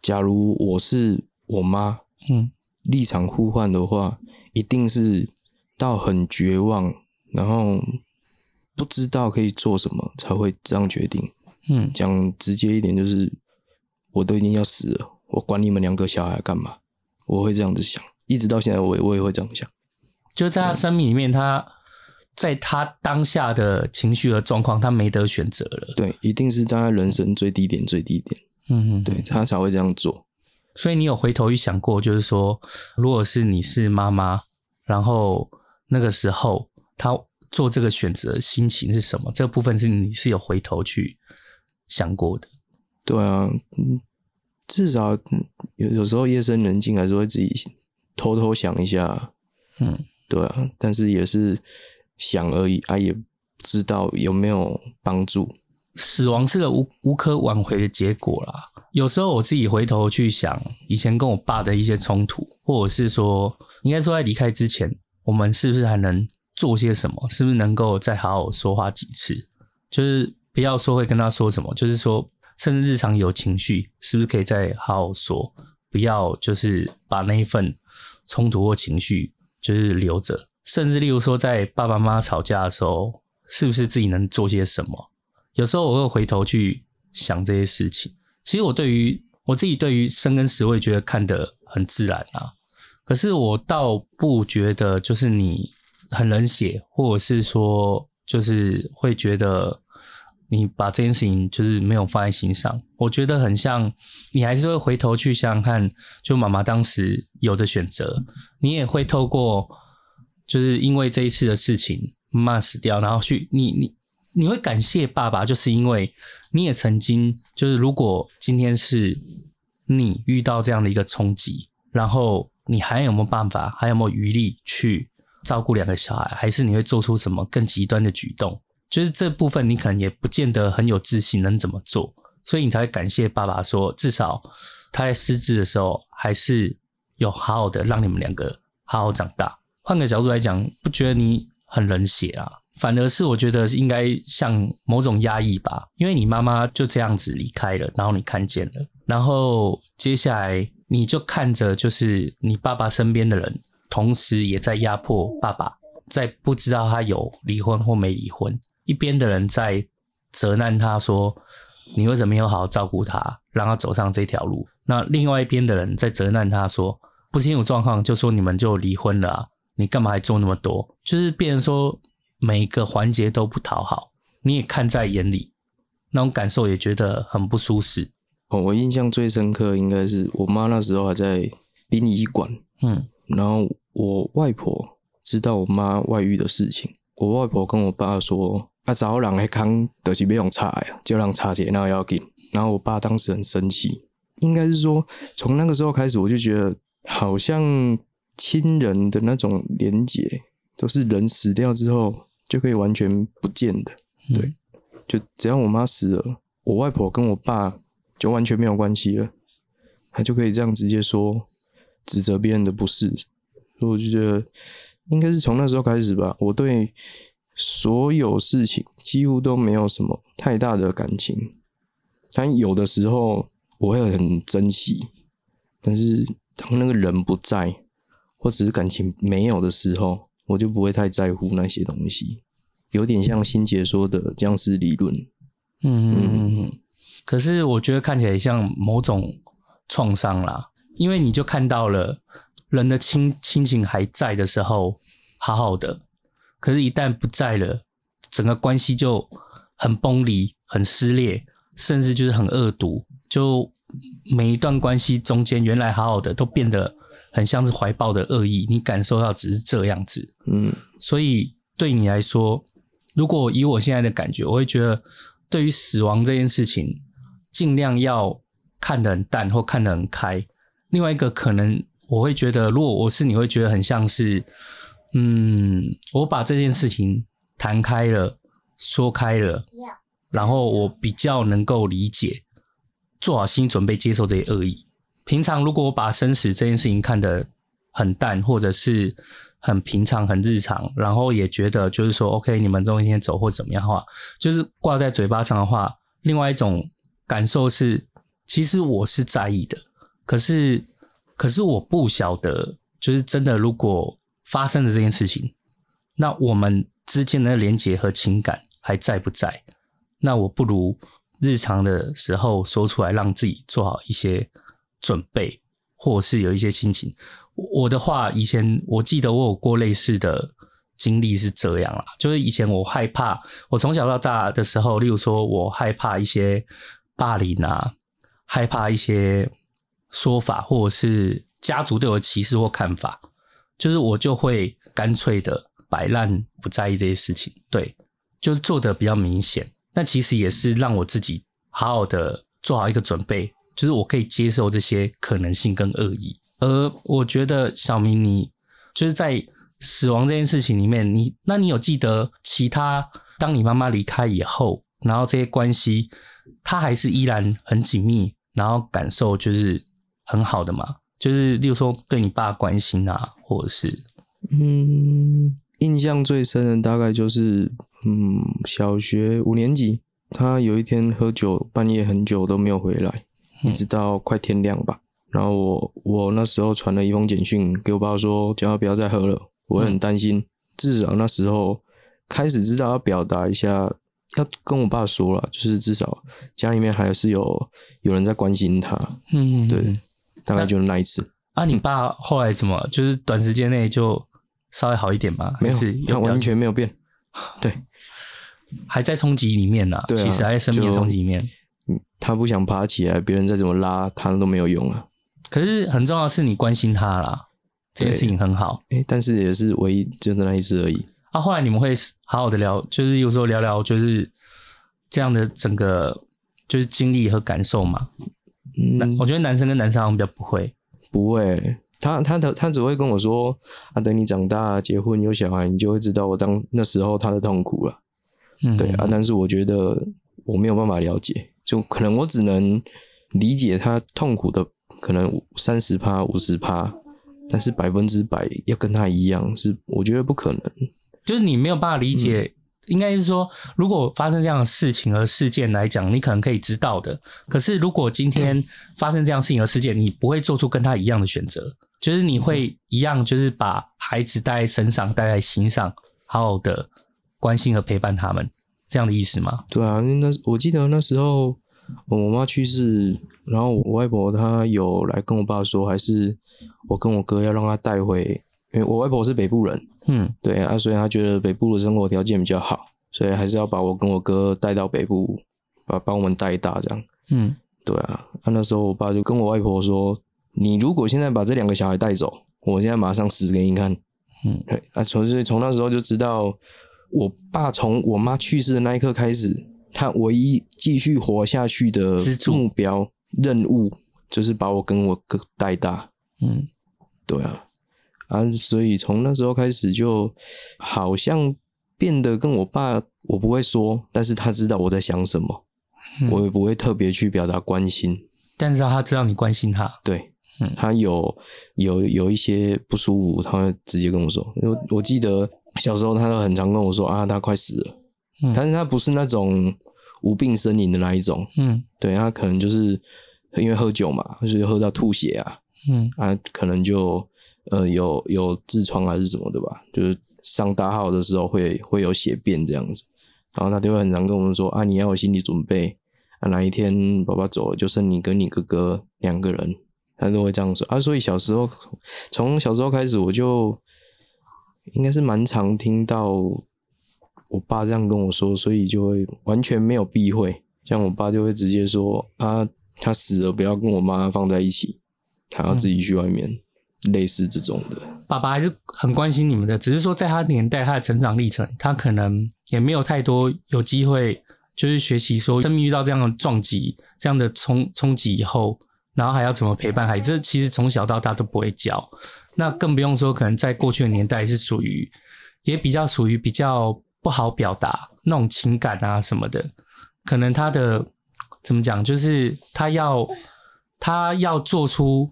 S3: 假如我是我妈，
S2: 嗯
S3: 立场互换的话，一定是到很绝望，然后不知道可以做什么才会这样决定。
S2: 嗯
S3: 讲直接一点，就是我都已经要死了，我管你们两个小孩干嘛？我会这样子想，一直到现在我，也我也会这样想。
S2: 就在他生命里面，他在他当下的情绪和状况，他没得选择了。
S3: 对，一定是站在人生最低点，最低点，
S2: 嗯嗯，
S3: 对。他才会这样做。
S2: 所以你有回头去想过，就是说，如果是你是妈妈，然后那个时候他做这个选择的心情是什么？这部分是你是有回头去想过的。
S3: 对啊，嗯，至少嗯有有时候夜深人静还是会自己偷偷想一下，
S2: 嗯，
S3: 对啊，但是也是想而已啊，也不知道有没有帮助。
S2: 死亡是个无无可挽回的结果啦。有时候我自己回头去想，以前跟我爸的一些冲突，或者是说，应该说在离开之前，我们是不是还能做些什么？是不是能够再好好说话几次？就是不要说会跟他说什么，就是说，甚至日常有情绪，是不是可以再好好说？不要就是把那一份冲突或情绪就是留着，甚至例如说，在爸爸妈妈吵架的时候，是不是自己能做些什么？有时候我会回头去想这些事情。其实我对于我自己对于生跟死，我也觉得看得很自然啊。可是我倒不觉得就是你很冷血，或者是说就是会觉得你把这件事情就是没有放在心上。我觉得很像你还是会回头去想想看，就妈妈当时有的选择，你也会透过就是因为这一次的事情，妈妈死掉，然后去你你你会感谢爸爸，就是因为你也曾经就是，如果今天是你遇到这样的一个冲击，然后你还有没有办法，还有没有余力去照顾两个小孩，还是你会做出什么更极端的举动？就是这部分你可能也不见得很有自信能怎么做，所以你才会感谢爸爸说，至少他在失智的时候还是有好好的让你们两个好好长大。换个角度来讲，不觉得你很冷血啊，反而是我觉得是应该像某种压抑吧，因为你妈妈就这样子离开了，然后你看见了，然后接下来你就看着就是你爸爸身边的人，同时也在压迫爸爸，在不知道他有离婚或没离婚，一边的人在责难他说。你为什么没有好好照顾他，让他走上这条路？那另外一边的人在责难他说，不清楚状况就说你们就离婚了、啊，你干嘛还做那么多？就是变成说每个环节都不讨好，你也看在眼里，那种感受也觉得很不舒适。
S3: 哦，我印象最深刻应该是我妈那时候还在殡仪馆，
S2: 嗯
S3: 然后我外婆知道我妈外遇的事情，我外婆跟我爸说：“啊，查某人来康，就是要用查呀，就让查姐那要紧。”然后我爸当时很生气，应该是说从那个时候开始，我就觉得好像亲人的那种连结，都是人死掉之后就可以完全不见的。对，就只要我妈死了，我外婆跟我爸就完全没有关系了，她就可以这样直接说指责别人的不是。所以我就觉得，应该是从那时候开始吧，我对所有事情几乎都没有什么太大的感情。但有的时候我会很珍惜，但是当那个人不在，或者是感情没有的时候，我就不会太在乎那些东西。有点像新杰说的僵尸理论，
S2: 嗯嗯嗯。可是我觉得看起来像某种创伤啦，因为你就看到了人的亲亲情还在的时候好好的，可是，一旦不在了，整个关系就很崩离、很撕裂，甚至就是很恶毒。就每一段关系中间原来好好的，都变得很像是怀抱的恶意，你感受到只是这样子。
S3: 嗯，
S2: 所以对你来说，如果以我现在的感觉，我会觉得对于死亡这件事情，尽量要看得很淡或看得很开。另外一个可能，我会觉得，如果我是你，会觉得很像是，嗯，我把这件事情谈开了、说开了，然后我比较能够理解，做好心理准备接受这些恶意。平常如果我把生死这件事情看得很淡，或者是很平常、很日常，然后也觉得就是说，OK，你们终一天走或怎么样的话，就是挂在嘴巴上的话，另外一种感受是，其实我是在意的，可是可是我不晓得，就是真的如果发生了这件事情，那我们之间的连结和情感还在不在？那我不如日常的时候说出来，让自己做好一些准备，或是有一些心情。我我的话，以前我记得我有过类似的经历是这样啦，就是以前我害怕，我从小到大的时候，例如说我害怕一些霸凌啊，害怕一些说法，或者是家族对我的歧视或看法，就是我就会干脆的摆烂，不在意这些事情，对，就是做的比较明显。那其实也是让我自己好好的做好一个准备，就是我可以接受这些可能性跟恶意。而我觉得小明你就是在死亡这件事情里面，你那你有记得其他当你妈妈离开以后，然后这些关系，它还是依然很紧密，然后感受就是很好的嘛？就是例如说对你爸的关心啊，或者是
S3: 嗯，印象最深的大概就是，嗯，小学五年级，他有一天喝酒，半夜很久都没有回来，
S2: 嗯
S3: 一直到快天亮吧。然后我我那时候传了一封简讯给我爸说，叫他不要再喝了，我很担心。至少那时候开始知道要表达一下，要跟我爸说了，就是至少家里面还是有有人在关心他。
S2: 嗯
S3: 对，大概就是那一次，
S2: 啊，你爸后来怎么就是短时间内就稍微好一点吗？
S3: 没
S2: 还是
S3: 有，
S2: 比
S3: 他
S2: 较
S3: 完全没有变。
S2: 还在冲击里面呢、
S3: 对啊
S2: 其实还在生命的
S3: 就
S2: 冲击里面。
S3: 嗯，他不想爬起来，别人再怎么拉他都没有用啊。
S2: 可是很重要的是你关心他啦，这件事情很好。
S3: 诶，但是也是唯一就是那一次而已。
S2: 啊，后来你们会好好的聊，就是有时候聊聊就是这样的整个就是经历和感受嘛。
S3: 嗯，
S2: 我觉得男生跟男生好像比较不会，
S3: 不会，他他他他只会跟我说啊，等你长大结婚有小孩，你就会知道我当那时候他的痛苦了。
S2: 嗯，
S3: 对啊，但是我觉得我没有办法了解，就可能我只能理解他痛苦的可能三十趴、五十趴，但是百分之百要跟他一样，是我觉得不可能。
S2: 就是你没有办法理解，应该是说，如果发生这样的事情和事件来讲，你可能可以知道的。可是如果今天发生这样的事情和事件，你不会做出跟他一样的选择，就是你会一样，就是把孩子带在身上，带在心上，好好的关心和陪伴他们，这样的意思吗？
S3: 对啊，那我记得那时候我妈去世，然后我外婆她有来跟我爸说，还是我跟我哥要让他带回，因为我外婆是北部人，
S2: 嗯
S3: 对啊，所以她觉得北部的生活条件比较好，所以还是要把我跟我哥带到北部，把把我们带大这样。
S2: 嗯
S3: 对啊，啊那时候我爸就跟我外婆说，你如果现在把这两个小孩带走，我现在马上死给你看。
S2: 嗯
S3: 对啊，从所以从那时候就知道，我爸从我妈去世的那一刻开始，他唯一继续活下去的
S2: 支柱
S3: 目标任务就是把我跟我哥带大。
S2: 嗯，
S3: 对啊，啊，所以从那时候开始就好像变得跟我爸，我不会说，但是他知道我在想什么，
S2: 嗯
S3: 我也不会特别去表达关心，
S2: 但是他知道你关心他，
S3: 对
S2: 嗯。
S3: 他有有有一些不舒服，他会直接跟我说。我我记得小时候，他都很常跟我说啊，他快死了。
S2: 嗯
S3: 但是他不是那种无病呻吟的那一种，
S2: 嗯
S3: 对他可能就是因为喝酒嘛，就是喝到吐血啊，
S2: 嗯
S3: 啊，可能就呃有有痔疮还是什么的吧，就是上大号的时候会会有血便这样子，然后他就会很常跟我们说啊，你要有心理准备，啊哪一天爸爸走了，就剩你跟你哥哥两个人，他都会这样说啊，所以小时候从小时候开始我就应该是蛮常听到我爸这样跟我说，所以就会完全没有避讳，像我爸就会直接说啊，他死了不要跟我妈放在一起。他要自己去外面，
S2: 嗯
S3: 类似这种的。
S2: 爸爸还是很关心你们的，只是说在他年代、他的成长历程，他可能也没有太多有机会，就是学习说生命遇到这样的撞击、这样的冲冲击以后，然后还要怎么陪伴孩子，这其实从小到大都不会教。那更不用说，可能在过去的年代是属于也比较属于比较不好表达那种情感啊什么的，可能他的怎么讲，就是他要他要做出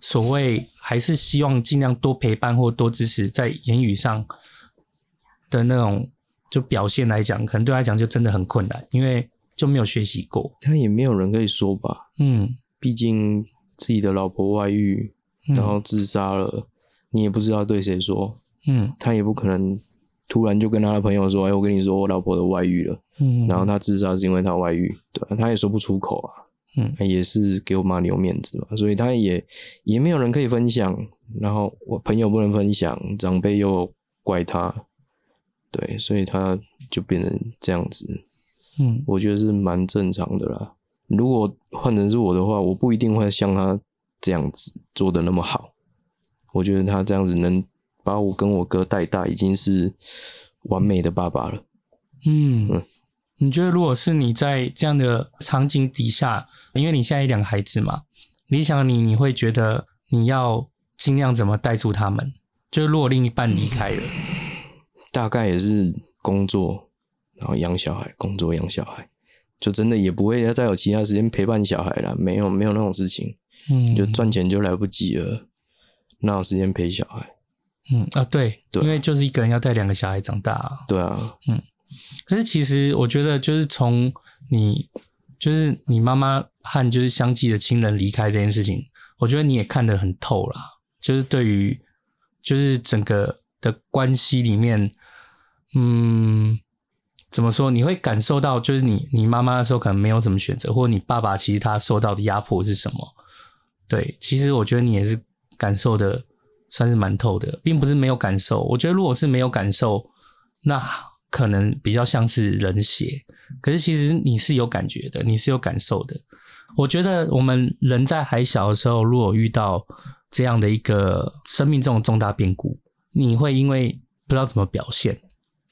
S2: 所谓还是希望尽量多陪伴或多支持，在言语上的那种就表现来讲，可能对他来讲就真的很困难，因为就没有学习过。
S3: 他也没有人可以说吧，
S2: 嗯，
S3: 毕竟自己的老婆外遇，
S2: 嗯
S3: 然后自杀了，你也不知道对谁说，
S2: 嗯
S3: 他也不可能突然就跟他的朋友说：“哎，我跟你说，我老婆的外遇了。”
S2: 嗯，
S3: 然后他自杀是因为他外遇，对啊、他也说不出口啊，
S2: 嗯，
S3: 也是给我妈留面子嘛，所以他也也没有人可以分享，然后我朋友不能分享，长辈又怪他，对，所以他就变成这样子，
S2: 嗯
S3: 我觉得是蛮正常的啦。如果换成是我的话，我不一定会像他这样子做的那么好。我觉得他这样子能把我跟我哥带大，已经是完美的爸爸了。
S2: 嗯
S3: 嗯，
S2: 你觉得如果是你在这样的场景底下，因为你现在有两个孩子嘛，理想你你会觉得你要尽量怎么带住他们？就是如果另一半离开了，
S3: 大概也是工作，然后养小孩，工作养小孩，就真的也不会再有其他时间陪伴小孩了。没有，没有那种事情，
S2: 嗯，
S3: 就赚钱就来不及了，哪有时间陪小孩？
S2: 嗯啊，对，
S3: 对
S2: 因为就是一个人要带两个小孩长大、啊，
S3: 对啊，
S2: 可是其实我觉得，就是从你，就是你妈妈和就是相继的亲人离开这件事情，我觉得你也看得很透啦。就是对于，就是整个的关系里面，嗯，怎么说？你会感受到，就是你你妈妈的时候可能没有什么选择，或者你爸爸其实他受到的压迫是什么？对，其实我觉得你也是感受的，算是蛮透的，并不是没有感受。我觉得如果是没有感受，那可能比较像是冷血，可是其实你是有感觉的，你是有感受的。我觉得我们人在还小的时候，如果遇到这样的一个生命这种重大变故，你会因为不知道怎么表现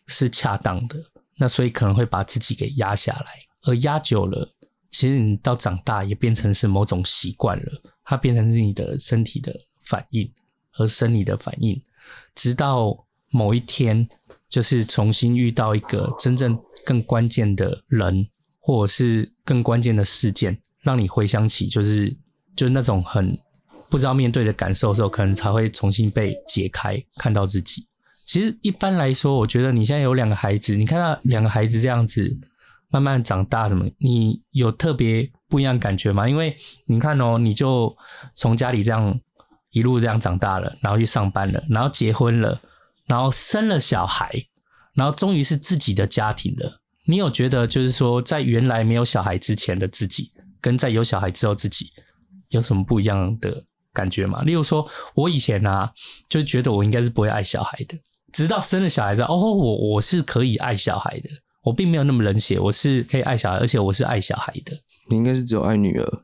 S2: 是恰当的，那所以可能会把自己给压下来，而压久了，其实你到长大也变成是某种习惯了，它变成是你的身体的反应和生理的反应。直到某一天，就是重新遇到一个真正更关键的人，或者是更关键的事件，让你回想起，就是就是那种很不知道面对的感受的时候，可能才会重新被解开，看到自己。其实一般来说，我觉得你现在有两个孩子，你看到两个孩子这样子慢慢长大，什么，你有特别不一样的感觉吗？因为你看哦，你就从家里这样一路这样长大了，然后去上班了，然后结婚了，然后生了小孩，然后终于是自己的家庭了。你有觉得就是说，在原来没有小孩之前的自己，跟在有小孩之后自己有什么不一样的感觉吗？例如说，我以前啊，就觉得我应该是不会爱小孩的，直到生了小孩之后，哦，我我是可以爱小孩的，我并没有那么冷血，我是可以爱小孩，而且我是爱小孩的。
S3: 你应该是只有爱女儿。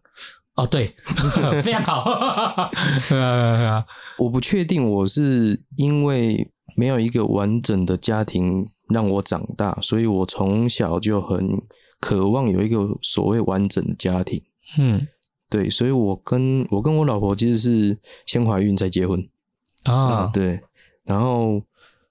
S2: 哦，对， 非常好。呃
S3: 我不确定我是因为没有一个完整的家庭让我长大，所以我从小就很渴望有一个所谓完整的家庭。
S2: 嗯
S3: 对，所以我跟我跟我老婆其实是先怀孕再结婚
S2: 啊，
S3: 对，然后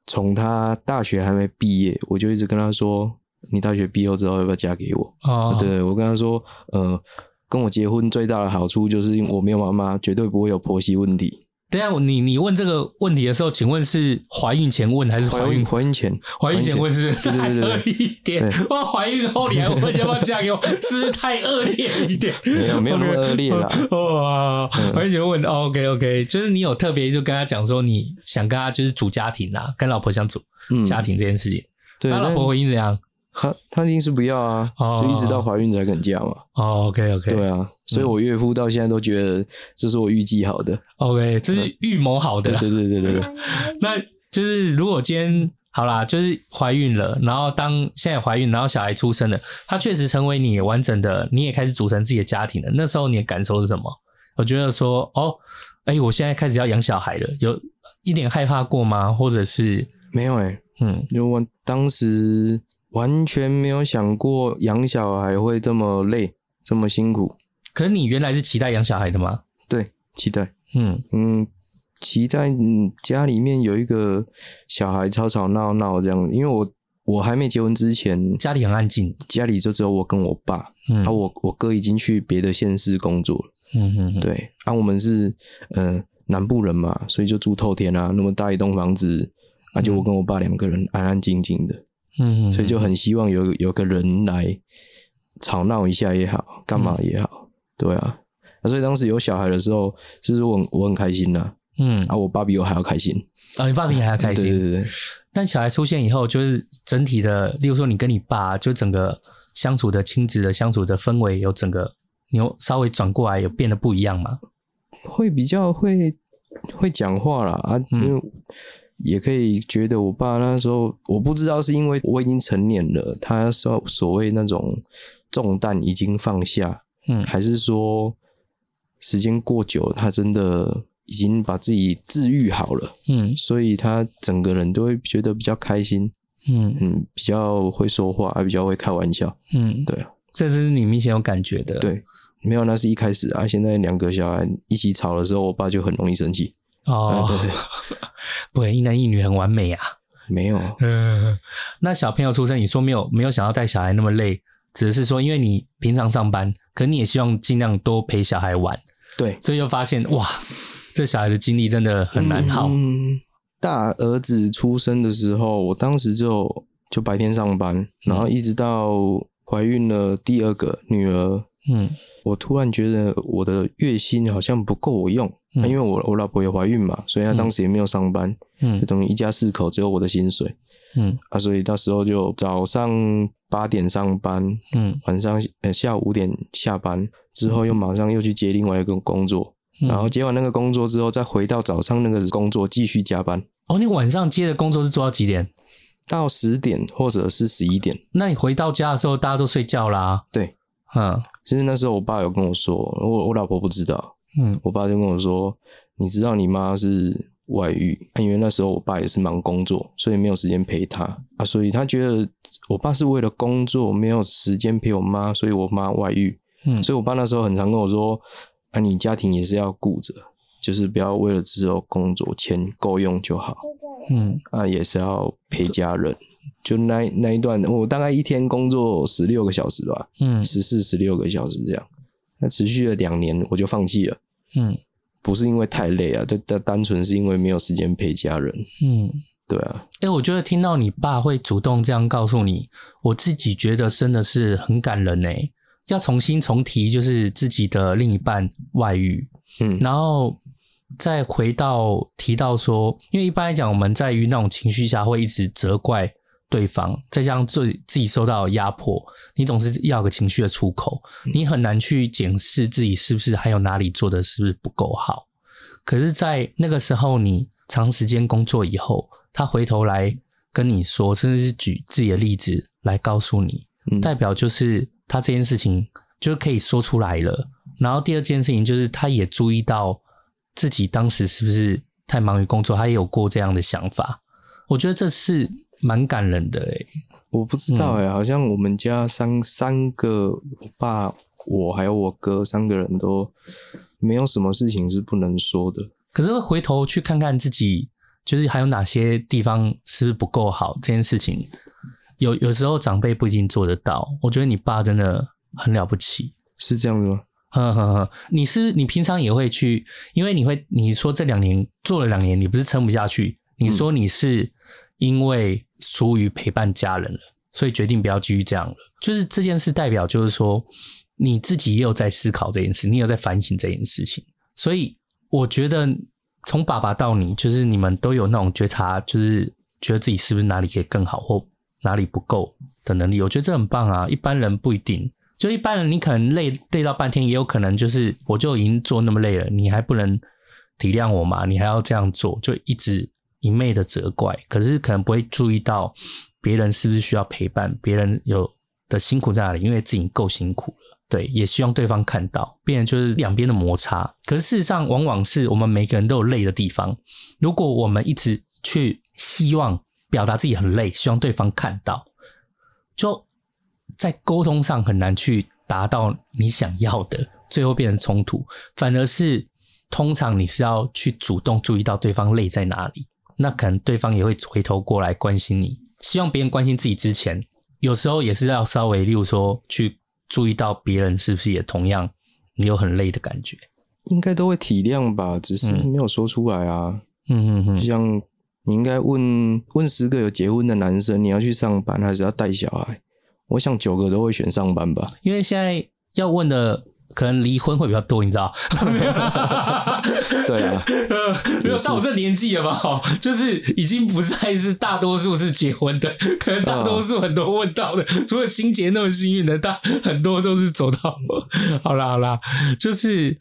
S3: 从她大学还没毕业，我就一直跟她说，你大学毕业后之后要不要嫁给我？
S2: 哦，
S3: 对我跟她说，呃，跟我结婚最大的好处就是因为我没有妈妈，绝对不会有婆媳问题。
S2: 等一下我你你问这个问题的时候，请问是怀孕前问还是怀
S3: 怀孕
S2: 孕
S3: 怀 孕前，
S2: 怀孕前问是不是
S3: 对对
S2: 太
S3: 对对
S2: 恶劣一点？哇，怀孕后你还问要不要嫁给我，是不是太恶劣一点？
S3: 没有没有那么恶劣啦
S2: 哇，
S3: 嗯
S2: 怀孕前问，OK OK，就是你有特别就跟他讲说你想跟他就是组家庭啊，跟老婆相处
S3: 嗯，
S2: 家庭这件事情，
S3: 对，
S2: 他老
S3: 但
S2: 婆回应怎样？
S3: 她她一定是不要啊，
S2: 哦
S3: 就一直到怀孕才肯嫁嘛。
S2: 哦，OK OK，
S3: 对啊，所以我岳父到现在都觉得这是我预计好 的。
S2: OK，这是预谋好的
S3: 对
S2: 啦。
S3: 对对对对对，
S2: 那就是如果今天好啦，就是怀孕了，然后当现在怀孕，然后小孩出生了，他确实成为你完整的，你也开始组成自己的家庭了。那时候你的感受是什么？我觉得说，哦，哎、我现在开始要养小孩了，有一点害怕过吗？或者是，
S3: 没有哎、
S2: 嗯，
S3: 就我当时完全没有想过养小孩会这么累，这么辛苦。
S2: 可是你原来是期待养小孩的吗？
S3: 对，期待，
S2: 嗯，
S3: 嗯，期待嗯家里面有一个小孩吵吵闹闹这样，因为我我还没结婚之前，
S2: 家里很安静，
S3: 家里就只有我跟我爸，
S2: 嗯，
S3: 啊，我我哥已经去别的县市工作了。
S2: 嗯嗯嗯，
S3: 对，啊，我们是呃南部人嘛，所以就住透天啊，那么大一栋房子，啊，
S2: 嗯
S3: 就我跟我爸两个人安安静静的，
S2: 嗯嗯，
S3: 所以就很希望有有个人来吵闹一下也好，干
S2: 嗯
S3: 嘛也好，对啊，啊，所以当时有小孩的时候，其实我很我很开心呐、
S2: 嗯，
S3: 啊，我爸比我还要开心，
S2: 啊，你爸比你还要开心，
S3: 对对对对，
S2: 但小孩出现以后，就是整体的，例如说你跟你爸，就整个相处的亲子的相处的氛围，有整个你有稍微转过来，有变得不一样嘛？
S3: 会比较会会讲话啦啊，
S2: 嗯
S3: 因为也可以觉得我爸那时候我不知道是因为我已经成年了，他说所谓那种重担已经放下，
S2: 嗯
S3: 还是说时间过久了，他真的已经把自己治愈好了，
S2: 嗯
S3: 所以他整个人都会觉得比较开心，
S2: 嗯
S3: 嗯，比较会说话，啊比较会开玩笑，
S2: 嗯，
S3: 对啊，
S2: 这是你明显有感觉的。
S3: 对。没有，那是一开始啊。现在两个小孩一起吵的时候，我爸就很容易生气。啊，
S2: 哦，
S3: 对对，
S2: 不然一男一女很完美啊。
S3: 没有，
S2: 嗯， 那小朋友出生，你说没有没有想要带小孩那么累，只是说因为你平常上班，可你也希望尽量多陪小孩玩，
S3: 对，
S2: 所以就发现哇，这小孩的精力真的很难耗。
S3: 嗯，大儿子出生的时候，我当时就就白天上
S2: 嗯
S3: 班，然后一直到怀孕了第二个女儿，
S2: 嗯
S3: 我突然觉得我的月薪好像不够我用，
S2: 嗯
S3: 啊因为我我老婆也怀孕嘛，所以她当时也没有上班，
S2: 嗯
S3: 就等于一家四口只有我的薪水
S2: 嗯
S3: 啊，所以到时候就早上八点上班，
S2: 嗯
S3: 晚上呃下午五点下班之后，又马上又去接另外一个工作。
S2: 嗯，
S3: 然后接完那个工作之后，再回到早上那个工作继续加班，
S2: 哦，你晚上接的工作是做到几点？
S3: 到十点或者是十一点。
S2: 那你回到家的时候，大家都睡觉啦。
S3: 对，
S2: 嗯
S3: 其实那时候我爸有跟我说，我我老婆不知道，
S2: 嗯
S3: 我爸就跟我说，你知道你妈是外遇，啊因为那时候我爸也是忙工作，所以没有时间陪她啊，所以他觉得我爸是为了工作没有时间陪我妈，所以我妈外遇，
S2: 嗯，
S3: 所以我爸那时候很常跟我说，啊，你家庭也是要顾着，就是不要为了只有工作，钱够用就好。
S2: 嗯
S3: 啊，也是要陪家人。就那一那一段，我大概一天工作十六个小时吧，
S2: 嗯
S3: 十四、十六个小时这样。那持续了两年，我就放弃了，
S2: 嗯
S3: 不是因为太累啊，但但单纯是因为没有时间陪家人。
S2: 嗯。
S3: 对啊，
S2: 哎、我觉得听到你爸会主动这样告诉你，我自己觉得真的是很感人哎、要重新重提，就是自己的另一半外遇，
S3: 嗯，
S2: 然后再回到提到说，因为一般来讲，我们在于那种情绪下会一直责怪对方，再加上自自己受到的压迫，你总是要有个情绪的出口，
S3: 嗯
S2: 你很难去检视自己是不是还有哪里做的是不是不够好。可是，在那个时候，你长时间工作以后，他回头来跟你说，甚至是举自己的例子来告诉你，
S3: 嗯
S2: 代表就是他这件事情就是可以说出来了。然后第二件事情就是，他也注意到自己当时是不是太忙于工作，他也有过这样的想法。我觉得这是蛮感人的诶、欸
S3: 欸我不知道哎、好像我们家三三个，我爸、我还有我哥三个人都没有什么事情是不能说的。
S2: 可是回头去看看自己，就是还有哪些地方是不是不够好，这件事情有有时候长辈不一定做得到。我觉得你爸真的很了不起。
S3: 是这样子吗？
S2: 呵呵呵， 你是你平常也会去，因为你会你说这两年做了两年，你不是撑不下去，你说你是因为疏于陪伴家人了，所以决定不要继续这样了。就是这件事代表，就是说你自己也有在思考这件事，你也有在反省这件事情。所以我觉得从爸爸到你，就是你们都有那种觉察，就是觉得自己是不是哪里可以更好或哪里不够的能力。我觉得这很棒啊，一般人不一定。就一般人，你可能累累到半天，也有可能就是我就已经做那么累了，你还不能体谅我嘛？你还要这样做，就一直一昧的责怪，可是可能不会注意到别人是不是需要陪伴，别人有的辛苦在哪里，因为自己够辛苦了。对，也希望对方看到，变成就是两边的摩擦。可是事实上，往往是我们每个人都有累的地方。如果我们一直去希望表达自己很累，希望对方看到，就在沟通上很难去达到你想要的，最后变成冲突。反而是通常你是要去主动注意到对方累在哪里，那可能对方也会回头过来关心你。希望别人关心自己之前，有时候也是要稍微，例如说去注意到别人是不是也同样你有很累的感觉。
S3: 应该都会体谅吧，只是
S2: 嗯
S3: 没有说出来啊。
S2: 嗯嗯
S3: 就
S2: 嗯，
S3: 像你应该问问十个有结婚的男生，你要去上班还是要带小孩？我想九个都会选上班吧。
S2: 因为现在要问的可能离婚会比较多，你知道。
S3: 对啊，
S2: 呃，没有到我这年纪了吧？哦就是已经不再是大多数是结婚的， 可能大多数很多问到的，除了心杰那么幸运的，大很多都是走到。好啦好啦，就是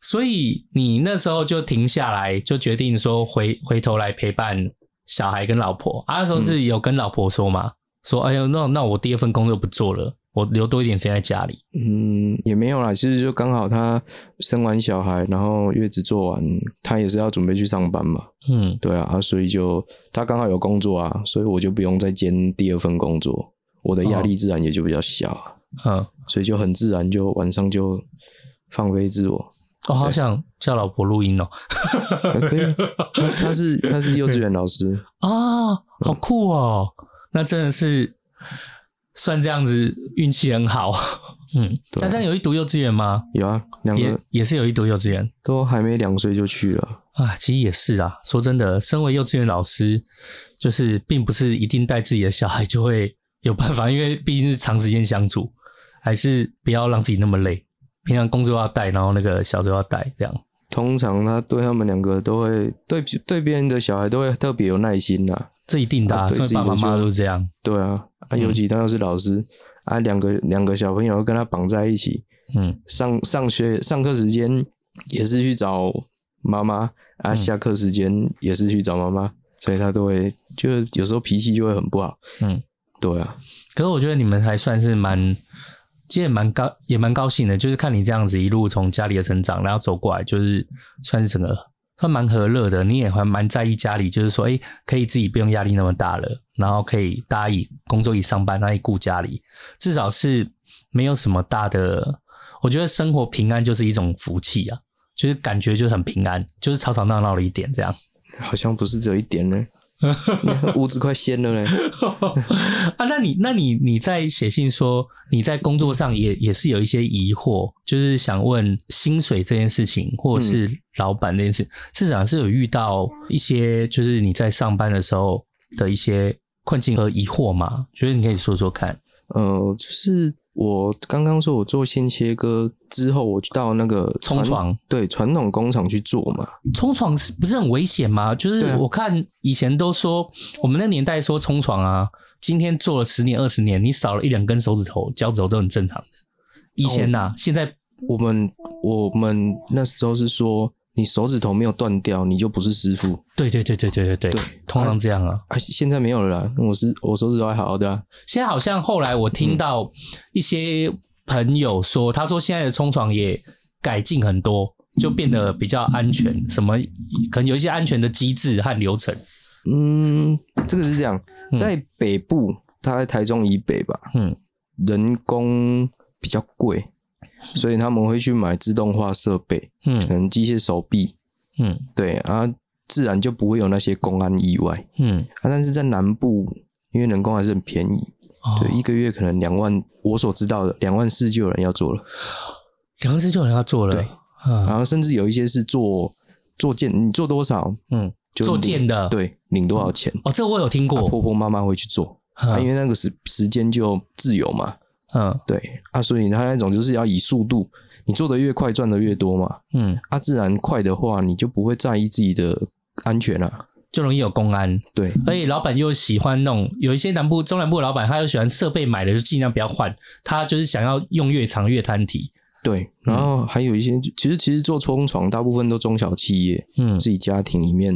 S2: 所以你那时候就停下来，就决定说回回头来陪伴小孩跟老婆。啊，那时候是有跟老婆说嘛，说哎呦，那那我第二份工作不做了，我留多一点时间在家里。
S3: 嗯，也没有啦。其实就刚好他生完小孩，然后月子做完，他也是要准备去上班嘛。
S2: 嗯
S3: 对啊，啊所以就他刚好有工作啊，所以我就不用再兼第二份工作，我的压力自然也就比较小啊、
S2: 嗯，
S3: 所以就很自然就晚上就放飞自我。
S2: 我、哦好想叫老婆录音哦。
S3: 啊、可以啊，他他是他是幼稚园老师，
S2: 啊，好酷哦！那真的是算这样子运气很好。 嗯，
S3: 对
S2: 那这样有一读幼稚园吗？
S3: 有啊，两
S2: 也
S3: 个
S2: 也是有一读幼稚园
S3: 都还没两岁就去了。
S2: 啊，其实也是啊。说真的，身为幼稚园老师，就是并不是一定带自己的小孩就会有办法，因为毕竟是长时间相处，还是不要让自己那么累。平常工作要带，然后那个小周要带，这样。
S3: 通常他对他们两个都会对对别人的小孩都会特别有耐心啦、
S2: 这一定的、啊，
S3: 啊对
S2: 身为爸爸妈妈都是这样。
S3: 对啊，啊，
S2: 嗯
S3: 尤其他又是老师、啊，两个两个小朋友跟他绑在一起，
S2: 嗯，
S3: 上上学上课时间也是去找妈妈啊，
S2: 嗯
S3: 下课时间也是去找妈妈，所以他都会就有时候脾气就会很不好。
S2: 嗯，
S3: 对啊，
S2: 可是我觉得你们还算是蛮，其实也蛮高，也蛮高兴的，就是看你这样子一路从家里的成长，然后走过来，就是算是整个算蛮和乐的。你也还蛮在意家里，就是说，哎、可以自己不用压力那么大了，然后可以大家以工作以上班，那以顾家里，至少是没有什么大的。我觉得生活平安就是一种福气啊，就是感觉就是很平安，就是吵吵闹闹了一点这样。
S3: 好像不是只有一点 呢，屋子快掀了嘞。
S2: 啊，那你那你你在写信说你在工作上也也是有一些疑惑，就是想问薪水这件事情，或
S3: 嗯
S2: 者是老板这件事，市场是有遇到一些就是你在上班的时候的一些困境和疑惑吗？觉得你可以说说看。
S3: 呃，就是我刚刚说我做线切割之后，我就到那个
S2: 冲
S3: 传
S2: 床
S3: 对传统工厂去做嘛。
S2: 冲床是不是很危险吗？就
S3: 对
S2: 是
S3: 啊
S2: 我看以前都说我们那年代说冲床啊，今天做了十年二十年，你少了一两根手指头、脚趾头都很正常的。以前呐、
S3: 哦
S2: 现在
S3: 我们我们那时候是说，你手指头没有断掉，你就不是师傅
S2: 对对对对对对对
S3: 对，
S2: 通常这样啊。
S3: 啊。现在没有了啦，我是我手指头还好好的、啊。
S2: 现在好像后来我听到一些朋友说，他说现在的冲床也改进很多，就变得比较安全，什么可能有一些安全的机制和流程。
S3: 嗯，这个是这样，
S2: 嗯
S3: 在北部，它在台中以北吧，
S2: 嗯
S3: 人工比较贵，所以他们会去买自动化设备，可
S2: 嗯
S3: 能机械手臂，
S2: 嗯
S3: 对啊，自然就不会有那些公安意外
S2: 嗯，
S3: 啊。但是在南部，因为人工还是很便宜，
S2: 哦
S3: 对，一个月可能两万，我所知道的两万四就有人要做了，
S2: 两次就有人要做了，
S3: 对
S2: 嗯
S3: 然后甚至有一些是做做件，你做多少
S2: 嗯，
S3: 就
S2: 做
S3: 领
S2: 件的，，
S3: 对，领多少钱，
S2: 哦，这个我有听
S3: 啊
S2: 过，
S3: 婆婆妈妈会去做，啊，
S2: 嗯
S3: 因为那个时时间就自由嘛，
S2: 嗯
S3: 对啊，所以他那种就是要以速度，你做的越快赚的越多嘛，
S2: 嗯，
S3: 啊，自然快的话，你就不会在意自己的安全啊，
S2: 就容易有公安，
S3: 对，
S2: 而且老板又喜欢那种有一些南部中南部的老板，他又喜欢设备买的就尽量不要换，他就是想要用越长越摊体。
S3: 对，
S2: 嗯
S3: 然后还有一些，其实其实做冲床大部分都中小企业
S2: 嗯
S3: 自己家庭里面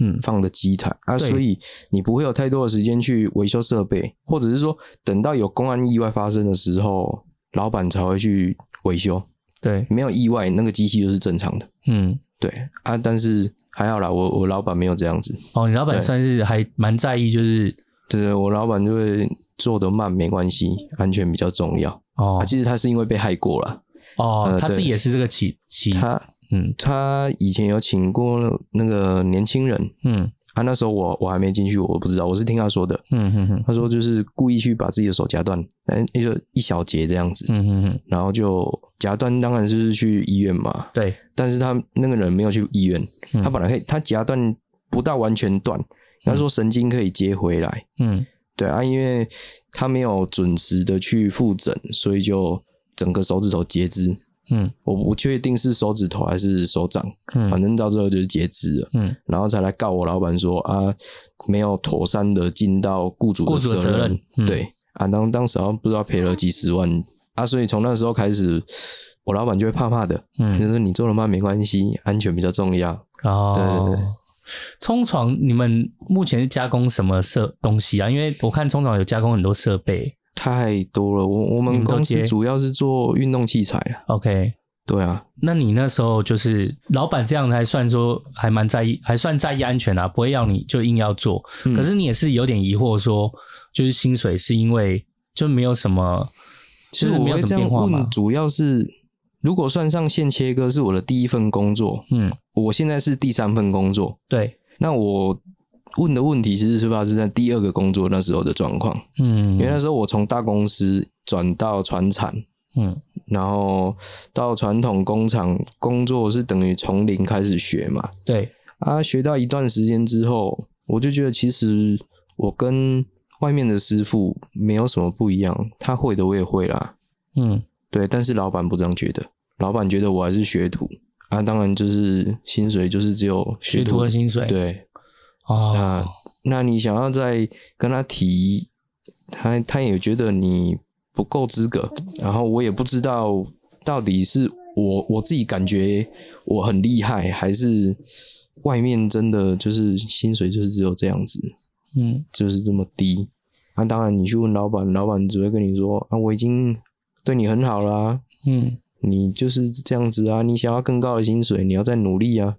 S2: 嗯
S3: 放的机台啊，
S2: 对
S3: 所以你不会有太多的时间去维修设备，或者是说等到有公安意外发生的时候，老板才会去维修。
S2: 对，
S3: 没有意外，那个机器就是正常的。
S2: 嗯，
S3: 对啊，但是还好啦，我我老板没有这样子，
S2: 哦，你老板
S3: 对
S2: 算是还蛮在意，就是
S3: 对对，我老板就会做得慢没关系，安全比较重要。
S2: 哦
S3: 啊，其实他是因为被害过了，
S2: 哦，
S3: 呃
S2: 他自己
S3: 对
S2: 也是这个起起，
S3: 他
S2: 嗯
S3: 他以前有请过那个年轻人
S2: 嗯
S3: 啊，那时候我我还没进去，我不知道，我是听他说的，
S2: 嗯嗯嗯
S3: 他说就是故意去把自己的手夹断，嗯，也就一小节这样子，
S2: 嗯嗯嗯，
S3: 然后就夹断，当然就是去医院嘛，
S2: 对，
S3: 但是他那个人没有去医院，
S2: 嗯
S3: 他本来可以，他夹断不到完全断，他说神经可以接回来，
S2: 嗯
S3: 对啊，因为他没有准时的去复诊，所以就整个手指头截肢。
S2: 嗯
S3: 我不确定是手指头还是手掌，
S2: 嗯
S3: 反正到最后就是截肢了，
S2: 嗯，
S3: 然后才来告我老板说啊，没有妥善的尽到雇主
S2: 雇
S3: 的
S2: 主的
S3: 责
S2: 责任嗯
S3: 对啊，当当时好像不知道赔了几十万啊，所以从那时候开始，我老板就会怕怕的，
S2: 嗯
S3: 就说你做了慢没关系，安全比较重要。对对对
S2: 哦。冲床，你们目前是加工什么设东西啊？因为我看冲床有加工很多设备。
S3: 太多了，我我
S2: 你
S3: 们
S2: 们都
S3: 公司
S2: 接
S3: 主要是做运动器材啊，
S2: OK，
S3: 对啊，
S2: 那你那时候就是老板这样还算说还蛮在意，还算在意安全啊，不会要你就硬要做。
S3: 嗯
S2: 可是你也是有点疑惑说，就是薪水是因为就没有什么，
S3: 其
S2: 就
S3: 实
S2: 是
S3: 我
S2: 没有
S3: 会
S2: 什么
S3: 这
S2: 变
S3: 样
S2: 化
S3: 问，
S2: 嘛。嗯
S3: 主要是如果算上线切割是我的第一份工作，
S2: 嗯，
S3: 我现在是第三份工作，
S2: 对，
S3: 那我问的问题其实是发生在第二个工作那时候的状况，
S2: 嗯，
S3: 因为那时候我从大公司转到船产，
S2: 嗯
S3: 然后到传统工厂工作是等于从零开始学嘛，
S2: 对，
S3: 啊，学到一段时间之后，我就觉得其实我跟外面的师傅没有什么不一样，他会的我也会啦，
S2: 嗯
S3: 对，但是老板不这样觉得，老板觉得我还是学徒啊，当然就是薪水就是只有
S2: 学徒的薪水
S3: 对，
S2: 哦
S3: 那，那你想要再跟他提，他他也觉得你不够资格，然后我也不知道到底是我我自己感觉我很厉害，还是外面真的就是薪水就是只有这样子，
S2: 嗯
S3: 就是这么低。那、当然，你去问老板，老板只会跟你说啊，我已经对你很好啦、
S2: 嗯
S3: 你就是这样子啊，你想要更高的薪水，你要再努力啊。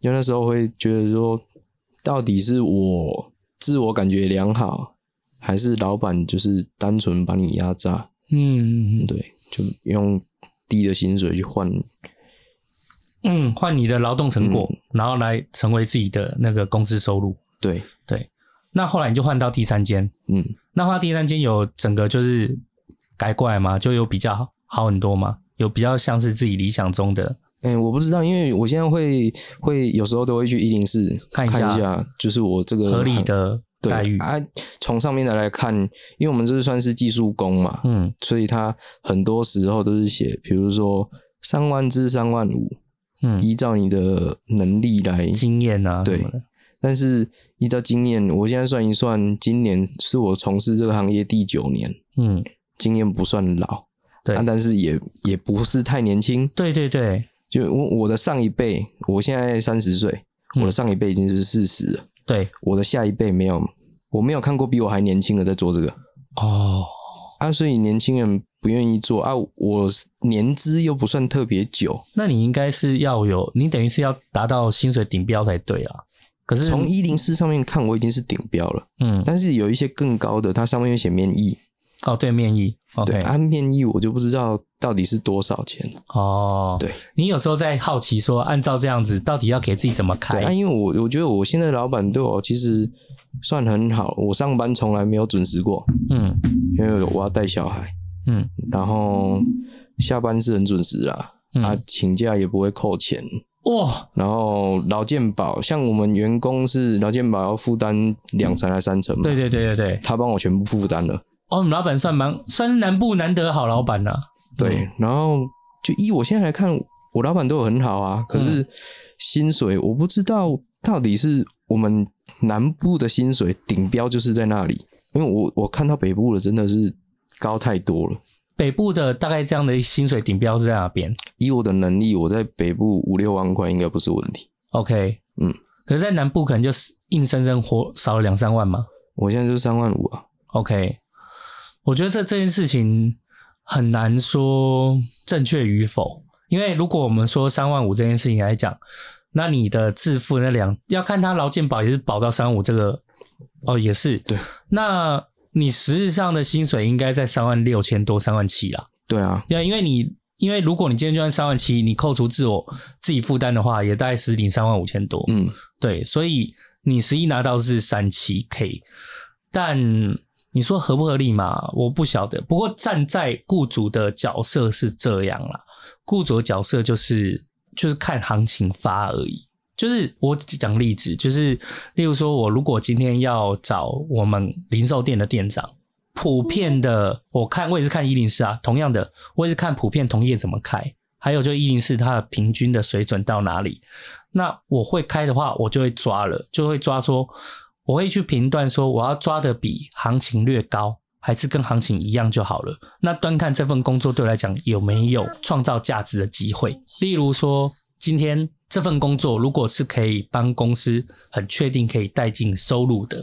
S3: 因为那时候会觉得说，到底是我自我感觉良好，还是老板就是单纯把你压榨？
S2: 嗯嗯
S3: 对，就用低的薪水去换。
S2: 嗯，换你的劳动成
S3: 嗯
S2: 果，然后来成为自己的那个公司收入。
S3: 对，
S2: 对，那后来你就换到第三间，
S3: 嗯，
S2: 那花第三间有整个就是改过来吗？就有比较好很多吗？有比较像是自己理想中的，
S3: 哎、我不知道，因为我现在会会有时候都会去一零四
S2: 看一下
S3: 一下，就是我这个
S2: 合理
S3: 行
S2: 的
S3: 对
S2: 待遇。
S3: 啊。从上面的来看，因为我们这算是技术工嘛，
S2: 嗯
S3: 所以他很多时候都是写，比如说三万至三万五，
S2: 嗯，
S3: 依照你的能力来。
S2: 经验啊，
S3: 对
S2: 什么的
S3: 但是依照经验，我现在算一算，今年是我从事这个行业第九年，
S2: 嗯，
S3: 经验不算老，
S2: 对
S3: 啊但是也也不是太年轻。
S2: 对对对
S3: 就我我的上一辈，我现在三十岁，
S2: 嗯
S3: 我的上一辈已经是四十了，
S2: 对，
S3: 我的下一辈没有，我没有看过比我还年轻的在做这个
S2: 哦，
S3: 啊，所以年轻人不愿意做啊，我年资又不算特别久，
S2: 那你应该是要有，你等于是要达到薪水顶标才对啊。可是
S3: 从一零四上面看，我已经是顶标了，
S2: 嗯
S3: 但是有一些更高的，它上面有写免疫，
S2: 哦，对面议
S3: 对，啊
S2: ，OK，
S3: 按面议我就不知道到底是多少钱。
S2: 哦，
S3: 对，
S2: 你有时候在好奇说，按照这样子，到底要给自己怎么
S3: 对，
S2: 开
S3: 啊，？因为我我觉得我现在老板对我其实算很好，我上班从来没有准时过，
S2: 嗯
S3: 因为我要带小孩，
S2: 嗯
S3: 然后下班是很准时啦，啊
S2: 嗯，，
S3: 请假也不会扣钱，
S2: 哇，
S3: 然后劳健保，像我们员工是劳健保要负担两成还三成嘛，
S2: 对对对对对，
S3: 他帮我全部负担了，
S2: 哦，你们老板算蛮算是南部难得的好老板啊呐、嗯
S3: 对，然后就依我现在来看，我老板对我很好啊，可
S2: 嗯
S3: 是薪水我不知道到底是我们南部的薪水顶标就是在那里，因为我我看到北部的真的是高太多了，
S2: 北部的大概这样的薪水顶标是在哪边
S3: 以我的能力，我在北部五六万块应该不是问题，
S2: ？OK，
S3: 嗯，
S2: 可是，在南部可能就是硬生生活少了两三万嘛。
S3: 我现在就是三万五啊，
S2: OK，我觉得这这件事情很难说正确与否，因为如果我们说三万五这件事情来讲，那你的自付那两要看他劳健保也是保到三万五这个，哦，也是
S3: 对。
S2: 那你实质上的薪水应该在三万六千多、三万七啦。
S3: 对啊，
S2: 对，因为你因为如果你今天就算三万七，你扣除自我自己负担的话，也大概实领三万五千多。
S3: 嗯，
S2: 对，所以你十一拿到是三七 K，但你说合不合理嘛？我不晓得。不过站在雇主的角色是这样啦，雇主的角色就是就是看行情发而已。就是我讲例子，就是例如说，我如果今天要找我们零售店的店长，普遍的，我看我也是看一零四啊，同样的，我也是看普遍同业怎么开，还有就一零四它的平均的水准到哪里。那我会开的话，我就会抓了，就会抓说，我会去评断说，我要抓的比行情略高，还是跟行情一样就好了。那端看这份工作对我来讲呃有没有创造价值的机会。例如说，今天这份工作如果是可以帮公司很确定可以带进收入的，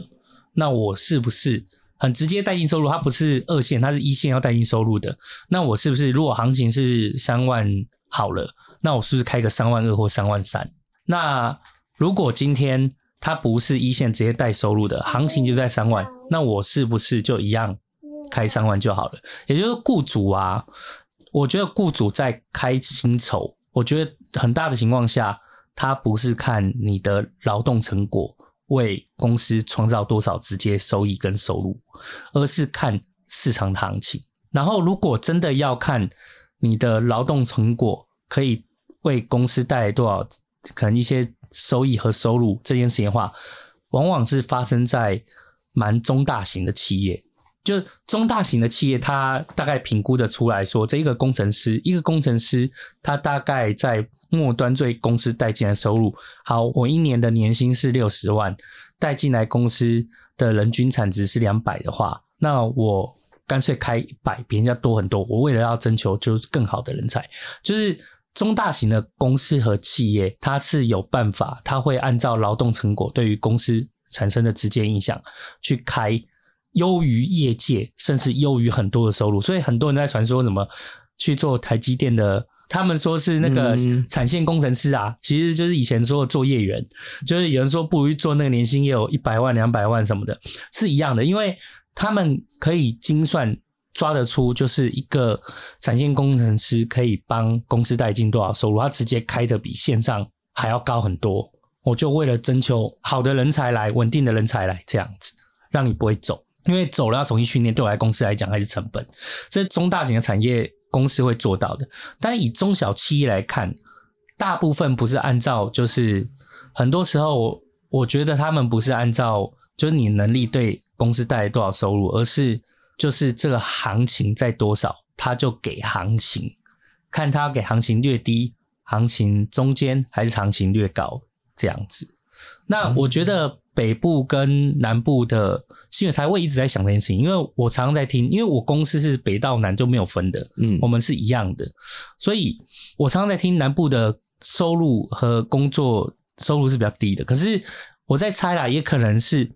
S2: 那我是不是很直接带进收入？它不是二线，它是一线要带进收入的。那我是不是如果行情是三万好了，那我是不是开个三万二或三万三？那如果今天它不是一线直接带收入的，行情就在三万，那我是不是就一样开三万就好了？也就是雇主啊，我觉得雇主在开薪酬，我觉得很大的情况下，他不是看你的劳动成果为公司创造多少直接收益跟收入，而是看市场的行情。然后，如果真的要看你的劳动成果可以为公司带来多少，可能一些收益和收入这件事情的话，往往是发生在蛮中大型的企业。就中大型的企业，它大概评估的出来说，这一个工程师，一个工程师，他大概在末端对公司带进来的收入，好，我一年的年薪是六十万，带进来公司的人均产值是两百的话，那我干脆开一百，比人家多很多。我为了要征求就是更好的人才，就是中大型的公司和企业，它是有办法，它会按照劳动成果对于公司产生的直接影响去开优于业界，甚至优于很多的收入。所以很多人在传说什么去做台积电的。他们说是那个
S3: 嗯
S2: 产线工程师啊，其实就是以前说的作业员，就是有人说不如去做那个年薪也有一百万、两百万什么的，是一样的，因为他们可以精算抓得出，就是一个产线工程师可以帮公司带进多少收入，他直接开的比线上还要高很多。我就为了征求好的人才来，稳定的人才来，这样子让你不会走，因为走了要重新训练，对我来公司来讲还是成本。这是中大型的产业公司会做到的，但以中小企业来看，大部分不是按照就是很多时候我我觉得他们不是按照就是你能力对公司带来多少收入，而是就是这个行情在多少，他就给行情，看他给行情略低、行情中间还是行情略高这样子。那我觉得北部跟南部的新闻台会一直在想这件事情，因为我常常在听，因为我公司是北到南就没有分的，
S3: 嗯
S2: 我，们是一样的，所以我常常在听南部的收入和工作收入是比较低的，可是我在猜啦，也可能是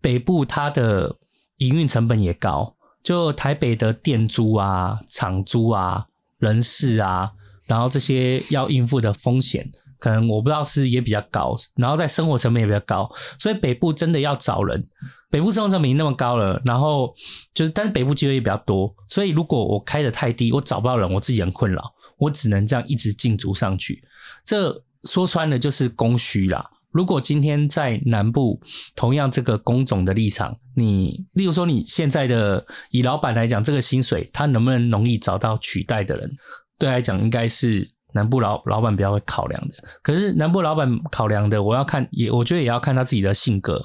S2: 北部它的营运成本也高，就台北的店租啊、厂租啊、人事啊，然后这些要应付的风险，可能我不知道是也比较高，然后在生活成本也比较高，所以北部真的要找人，北部自动车没那么高了，然后就是，但是北部机会也比较多，所以如果我开的太低，我找不到人，我自己很困扰，我只能这样一直竞逐上去。这说穿了就是供需啦。如果今天在南部，同样这个工种的立场，你例如说你现在的以老板来讲，这个薪水他能不能容易找到取代的人，对他来讲应该是南部老老板比较会考量的。可是南部老板考量的，我要看也，我觉得也要看他自己的性格。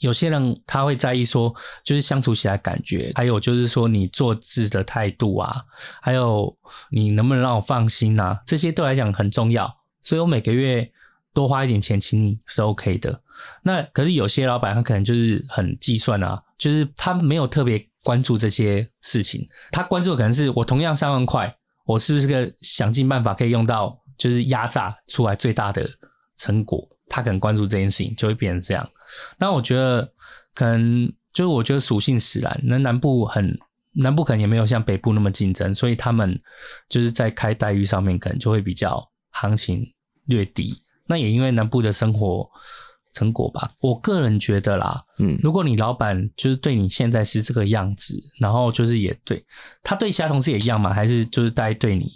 S2: 有些人他会在意说，就是相处起来感觉，还有就是说你做事的态度啊，还有你能不能让我放心啊，这些对我来讲很重要。所以我每个月多花一点钱请你是 OK 的。那可是有些老板他可能就是很计算啊，就是他没有特别关注这些事情，他关注的可能是我同样三万块，我是不是个想尽办法可以用到，就是压榨出来最大的成果，他可能关注这件事情就会变成这样。那我觉得可能就是我觉得属性使然，那南部很。南部可能也没有像北部那么竞争，所以他们就是在开待遇上面可能就会比较行情略低。那也因为南部的生活成果吧，我个人觉得啦，
S3: 嗯，
S2: 如果你老板就是对你现在是这个样子，然后就是也对他对其他同事也一样嘛，还是就是大家对你，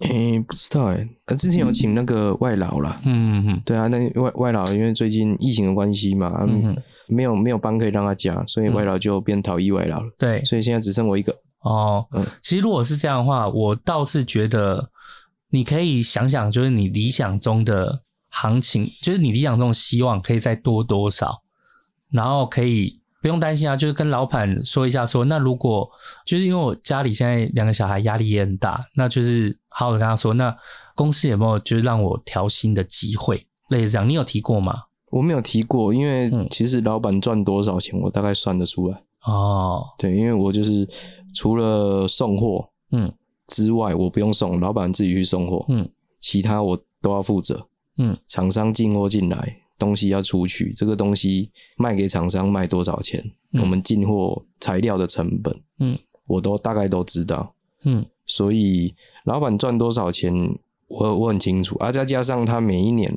S3: 诶、不知道诶、呃，之前有请那个外劳啦，
S2: 嗯嗯
S3: 对啊，那外外劳因为最近疫情的关系嘛，啊
S2: 嗯嗯，
S3: 没有没有班可以让他加，所以外劳就变逃逸外劳了，
S2: 对，
S3: 所以现在只剩我一个。
S2: 哦
S3: 嗯，
S2: 其实如果是这样的话，我倒是觉得你可以想想，就是你理想中的行情，就是你理想中的希望可以再多多少，然后可以不用担心啊，就是跟老板说一下说，那如果就是因为我家里现在两个小孩压力也很大，那就是好好的跟他说，那公司有没有就是让我调薪的机会？类似这样，你有提过吗？
S3: 我没有提过，因为
S2: 嗯
S3: 其实老板赚多少钱，我大概算得出来。
S2: 哦，
S3: 对，因为我就是除了送货
S2: 嗯
S3: 之外，我不用送，老板自己去送货，
S2: 嗯
S3: 其他我都要负责。
S2: 嗯，
S3: 厂商进货进来，东西要出去，这个东西卖给厂商卖多少钱，
S2: 嗯
S3: 我们进货材料的成本，
S2: 嗯，
S3: 我都大概都知道。
S2: 嗯
S3: 所以老板赚多少钱，我我很清楚啊。再加上他每一年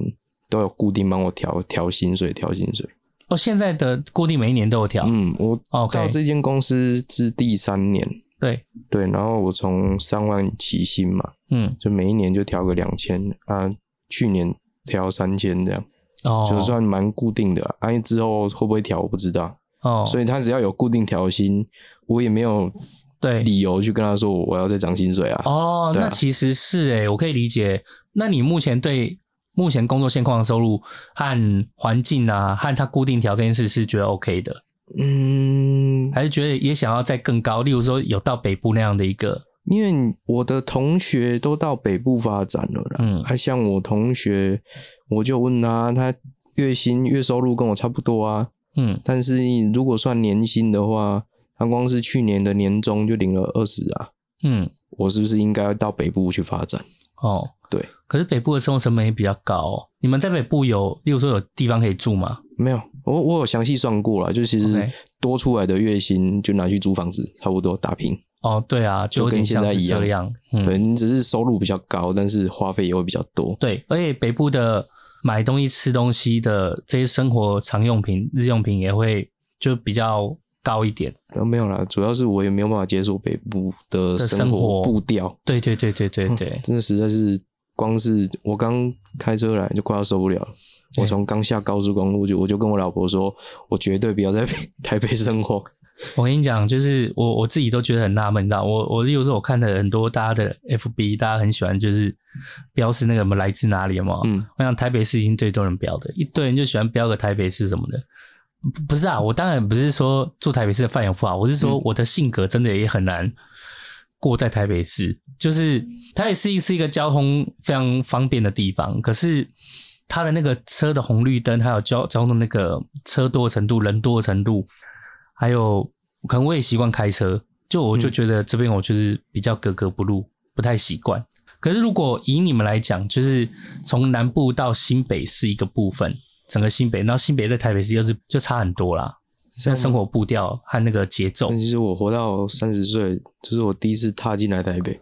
S3: 都有固定帮我调调薪水，调薪水。
S2: 哦，现在的固定每一年都有调，
S3: 嗯，我
S2: 啊 OK
S3: 到这间公司是第三年，
S2: 哦对，
S3: 对，然后我从三万起薪嘛，
S2: 嗯
S3: 就每一年就调个两千啊，去年调三千这样，
S2: 哦，
S3: 就算蛮固定的啊。啊因为之后会不会调我不知道，
S2: 哦，
S3: 所以他只要有固定调薪，我也没有
S2: 对
S3: 理由去跟他说我要再涨薪水啊。
S2: 哦，
S3: 对啊
S2: 那其实是诶、我可以理解。那你目前对目前工作现况的收入和环境啊，和它固定条件是是觉得 OK 的，
S3: 嗯，
S2: 还是觉得也想要再更高？例如说有到北部那样的一个，
S3: 因为我的同学都到北部发展了啦，
S2: 嗯
S3: 啊，像我同学，我就问他，他月薪月收入跟我差不多啊，
S2: 嗯
S3: 但是如果算年薪的话，他光是去年的年终就领了二十啊，
S2: 嗯
S3: 我是不是应该要到北部去发展？
S2: 哦，
S3: 对，
S2: 可是北部的生活成本也比较高、哦。你们在北部有，例如说有地方可以住吗？
S3: 没有，我我有详细算过了，就其实
S2: OK
S3: 多出来的月薪就拿去租房子，差不多打平。
S2: 哦，对啊，就有点像是
S3: 就
S2: 这
S3: 跟现在一
S2: 样，嗯，
S3: 对，你只是收入比较高，但是花费也会比较多。
S2: 对，而且北部的买东西、吃东西的这些生活常用品、日用品也会就比较高一点。
S3: 呃，没有啦，主要是我也没有办法接受北部的
S2: 的
S3: 生
S2: 生活
S3: 活步调，
S2: 对对对对对对，
S3: 哦真的实在是，光是我刚开车来就快要受不了了。
S2: 对
S3: 我从刚下高速公路就我就跟我老婆说，我绝对不要在 台北生活。
S2: 我跟你讲，就是我我自己都觉得很纳闷，你知道，我我例如说我看了很多大家的 FB，大家很喜欢就是标示那个什么来自哪里嘛，
S3: 嗯，
S2: 我想台北市已经最多人标的，一堆人就喜欢标个台北市什么的。不不是啊，我当然不是说住台北市的饭有不好，我是说我的性格真的也很难过在台北市。就是台北市是一个交通非常方便的地方，可是它的那个车的红绿灯，还有交交通的那个车多的程度、人多的程度，还有可能我也习惯开车，就我就
S3: 嗯
S2: 觉得这边我就是比较格格不入，不太习惯。可是如果以你们来讲，就是从南部到新北是一个部分，整个新北，然后新北在台北市又是就差很多啦。现在生活步调和那个节奏
S3: 但，其实我活到三十岁，这、是我第一次踏进来台北。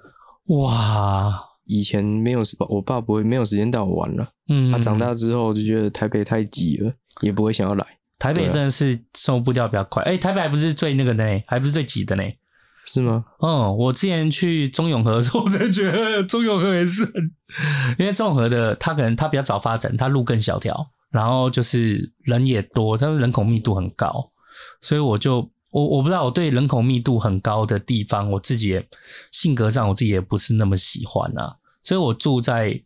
S2: 哇，
S3: 以前没有时，我爸不会没有时间带我玩了。
S2: 嗯，
S3: 他、长大之后就觉得台北太挤了，也不会想要来。
S2: 台北
S3: 对啊
S2: 真的是生活步调比较快。哎、台北还不是最那个的呢，还不是最挤的呢。
S3: 是吗？
S2: 嗯，我之前去中永和的时候，我真的觉得中永和也是很，因为中永和的它可能它比较早发展，它路更小条，然后就是人也多，它的人口密度很高，所以我就我我不知道我对人口密度很高的地方，我自己也性格上我自己也不是那么喜欢啊，所以我住在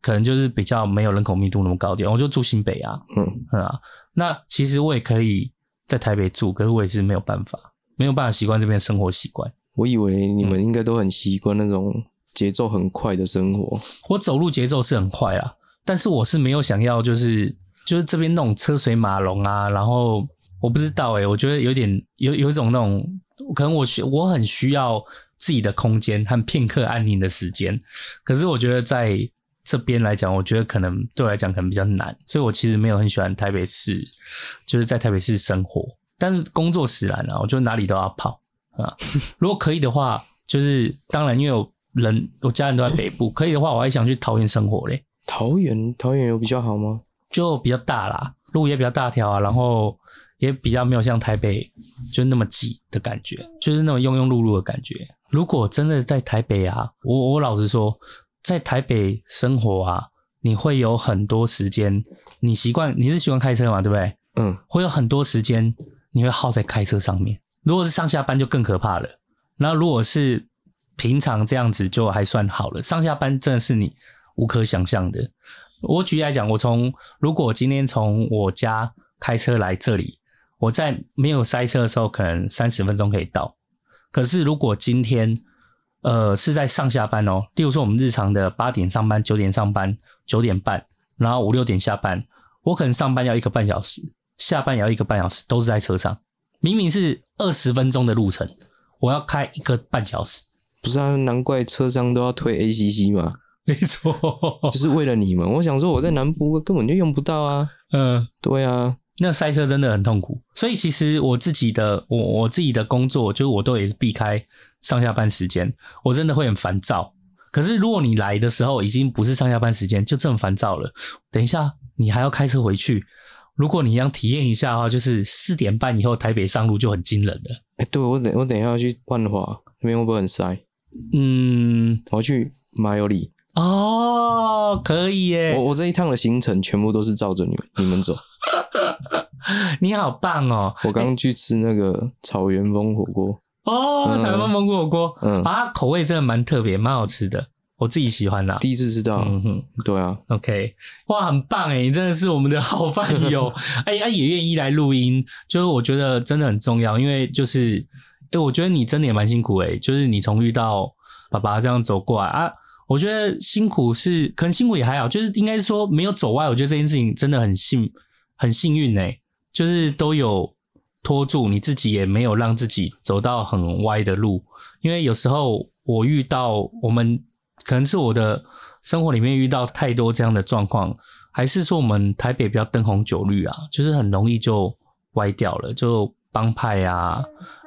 S2: 可能就是比较没有人口密度那么高的地方，我就住新北啊，
S3: 嗯，
S2: 嗯啊，那其实我也可以在台北住，可是我也是没有办法，没有办法习惯这边的生活习惯。
S3: 我以为你们应该都很习惯那种节奏很快的生活。
S2: 我走路节奏是很快啦，但是我是没有想要就是就是这边那种车水马龙啊，然后我不知道诶、欸我觉得有点有有一种那种，可能我需我很需要自己的空间和片刻安宁的时间，可是我觉得在这边来讲，我觉得可能对我来讲可能比较难，所以我其实没有很喜欢台北市，就是在台北市生活，但是工作使然啊，我就哪里都要跑。啊。如果可以的话，就是当然，因为我人我家人都在北部，可以的话，我还想去桃园生活嘞，
S3: 桃园，桃园有比较好吗？
S2: 就比较大啦，路也比较大条啊，然后也比较没有像台北就那么挤的感觉，就是那种庸庸碌碌的感觉。如果真的在台北啊，我我老实说，在台北生活啊，你会有很多时间，你习惯你是习惯开车嘛，对不对？
S3: 嗯，
S2: 会有很多时间你会耗在开车上面。如果是上下班就更可怕了。那如果是平常这样子就还算好了，上下班真的是你无可想象的。我举例来讲，我从如果今天从我家开车来这里，我在没有塞车的时候，可能三十分钟可以到。可是如果今天呃是在上下班哦，例如说我们日常的八点上班、九点上班、九点半，然后五六点下班，我可能上班要一个半小时，下班也要一个半小时，都是在车上。明明是二十分钟的路程，我要开一个半小时。
S3: 不是啊，难怪车商都要推 ACC 嘛，
S2: 没错
S3: 就，是为了你们。我想说我在南部根本就用不到啊。
S2: 嗯，
S3: 对啊，
S2: 那塞车真的很痛苦。所以其实我自己的我我自己的工作，就是我都也避开上下班时间，我真的会很烦躁。可是如果你来的时候已经不是上下班时间，就这么烦躁了。等一下你还要开车回去，如果你想体验一下的话，就是四点半以后台北上路就很惊人了。
S3: 哎、对我等我等一下要去万华那边会不会很塞？
S2: 嗯，
S3: 我要去马有里，
S2: 哦，可以耶，
S3: 我我这一趟的行程全部都是照着你们你 们走。
S2: 你好棒哦！
S3: 我刚刚去吃那个草原风火锅，
S2: 哦，
S3: 嗯
S2: 台湾蒙古火锅，
S3: 嗯
S2: 啊，口味真的蛮特别，蛮好吃的，我自己喜欢啦。
S3: 第一次吃到。
S2: 嗯哼
S3: 对啊，
S2: ，OK，哇，很棒哎，你真的是我们的好饭友，哎哎，也愿意来录音，就是我觉得真的很重要，因为就是，哎，我觉得你真的也蛮辛苦哎，就是你从遇到爸爸这样走过来啊。我觉得辛苦是，可能辛苦也还好，就是应该说没有走歪。我觉得这件事情真的很幸很幸运哎、就是都有拖住，你自己也没有让自己走到很歪的路。因为有时候我遇到我们可能是我的生活里面遇到太多这样的状况，还是说我们台北比较灯红酒绿啊，就是很容易就歪掉了，就帮派啊，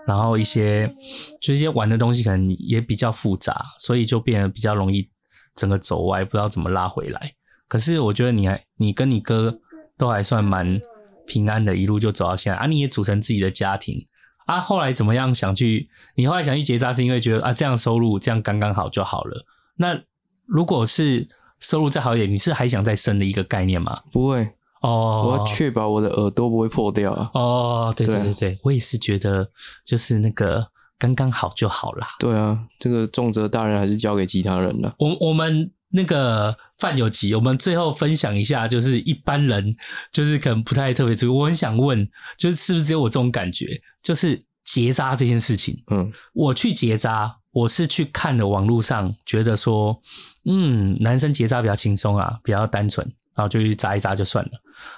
S2: 然后一些就一些玩的东西可能也比较复杂，所以就变得比较容易整个走歪，不知道怎么拉回来。可是我觉得你还你跟你哥都还算蛮平安的，一路就走到现在啊，你也组成自己的家庭啊。后来怎么样想去？你后来想去结扎，是因为觉得啊这样收入这样刚刚好就好了。那如果是收入再好一点，你是还想再生的一个概念吗？
S3: 不会，
S2: 哦，
S3: 我要确保我的耳朵不会破掉啊。
S2: 哦，对对
S3: 对
S2: 对
S3: 啊
S2: 对，我也是觉得就是那个刚刚好就好啦。
S3: 对啊，这个重责大人还是交给其他人了。
S2: 我我们那个饭友集，我们最后分享一下，就是一般人就是可能不太特别注意。我很想问，就是是不是只有我这种感觉？就是结扎这件事情，
S3: 嗯，
S2: 我去结扎，我是去看了网络上，觉得说，嗯，男生结扎比较轻松啊，比较单纯，然后就去扎一扎就算了。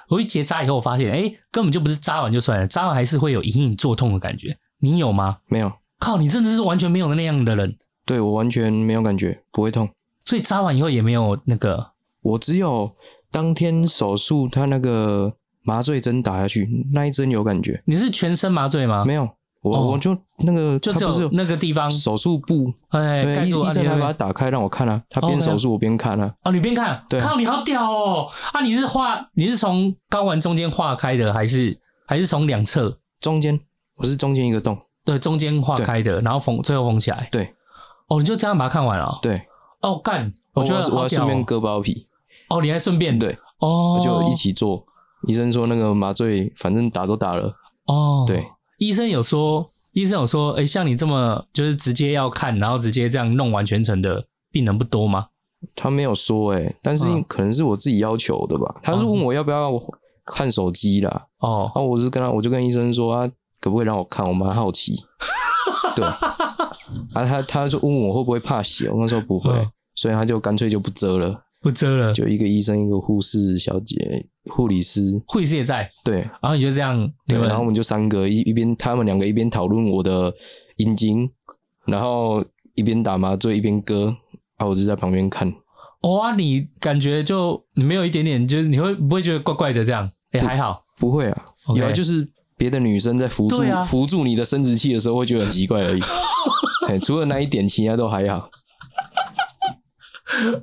S2: 我一结扎以后，我发现，哎、根本就不是扎完就算了，扎完还是会有隐隐作痛的感觉。你有吗？
S3: 没有，
S2: 靠，你真的是完全没有那样的人，
S3: 对我完全没有感觉，不会痛。
S2: 所以扎完以后也没有那个
S3: 我只有当天手术，他那个麻醉针打下去，那一针有感觉，
S2: 你是全身麻醉吗？
S3: 没有，我、
S2: 哦
S3: 我就那个
S2: 就
S3: 他
S2: 只有
S3: 不是
S2: 那个地方
S3: 手术布，
S2: 哎，
S3: 对，
S2: 盖
S3: 医
S2: 住
S3: 医
S2: 啊，
S3: 生
S2: 你
S3: 还
S2: 那
S3: 把它
S2: 边
S3: 打开让我看啊，他
S2: 哦
S3: 边
S2: 对啊
S3: 手术我边看啊，
S2: 哦，你边看，
S3: 对
S2: 靠，你好屌哦！啊，你是画，你是从睾丸中间划开的，还是还是从两侧
S3: 中间我是中间一个洞，
S2: 对中间划开的，然后缝最后缝起来。
S3: 对
S2: 哦，你就这样把它看完了、哦。
S3: 对，
S2: 哦，干，我觉得
S3: 我
S2: 好
S3: 要
S2: 屌
S3: 顺
S2: 哦
S3: 便割包皮，
S2: 哦，你还顺便
S3: 对，
S2: 哦
S3: 我，就一起做。医生说那个麻醉反正打都打了，
S2: 哦，
S3: 对，
S2: 医生有说，医生有说，哎、像你这么就是直接要看，然后直接这样弄完全程的病人不多吗？
S3: 他没有说哎、但是
S2: 嗯
S3: 可能是我自己要求的吧。他是问我要不要我看手机啦，
S2: 哦，
S3: 啊，我是跟他我就跟医生说啊，可不可以让我看？我蛮 好奇。对，啊，他他就问我会不会怕血，我那时候不会，
S2: 嗯
S3: 所以他就干脆就不遮了，
S2: 不遮了，
S3: 就一个医生一个护士小姐护理师，
S2: 护士也在，
S3: 对
S2: 然后你就这样，你
S3: 对，
S2: 们
S3: 然后我们就三个一一边他们两个一边讨论我的阴茎，然后一边打麻醉一边割，啊，我就在旁边看。
S2: 哦啊，你感觉就你没有一点点，就是你会不会觉得怪怪的这样？也、还好，
S3: 不会啊
S2: OK
S3: 有啊，就是别的女生在扶住、
S2: 对啊
S3: 扶住你的生殖器的时候，会觉得很奇怪 而已。对，除了那一点，其他都还好。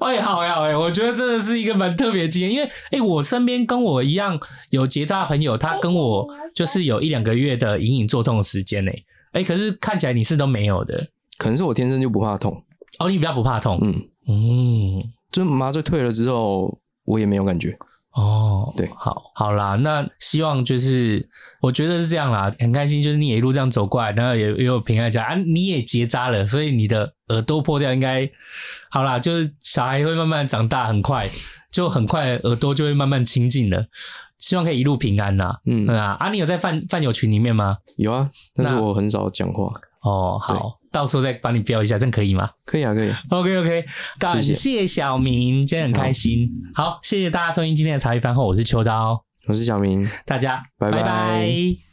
S2: 哎，好哎好哎，我觉得真的是一个蛮特别的经验，因为哎、我身边跟我一样有结扎的朋友，他跟我就是有一两个月的隐隐作痛的时间呢、哎、可是看起来你是都没有的，
S3: 可能是我天生就不怕痛，
S2: 哦，你比较不怕痛，
S3: 嗯，
S2: 嗯
S3: 就麻醉退了之后，我也没有感觉。
S2: 哦，
S3: 对
S2: 好，好啦，那希望就是，我觉得是这样啦，很开心，就是你也一路这样走过来，然后也也有平安家啊，你也结扎了，所以你的耳朵破掉应该好啦，就是小孩会慢慢长大，很快就很快耳朵就会慢慢清净了，希望可以一路平安啦。
S3: 嗯，
S2: 嗯啊，啊，你有在饭饭友群里面吗？
S3: 有啊，但是
S2: 那
S3: 我很少讲话。
S2: 哦，好，到时候再帮你标一下，这样可以吗？
S3: 可以啊，可以。
S2: OK OK，感
S3: 谢
S2: 谢小明，今天很开心。好，谢谢大家收听今天的茶余饭后，我是秋刀，
S3: 我是小明。
S2: 大家
S3: 拜
S2: 拜
S3: 拜
S2: 拜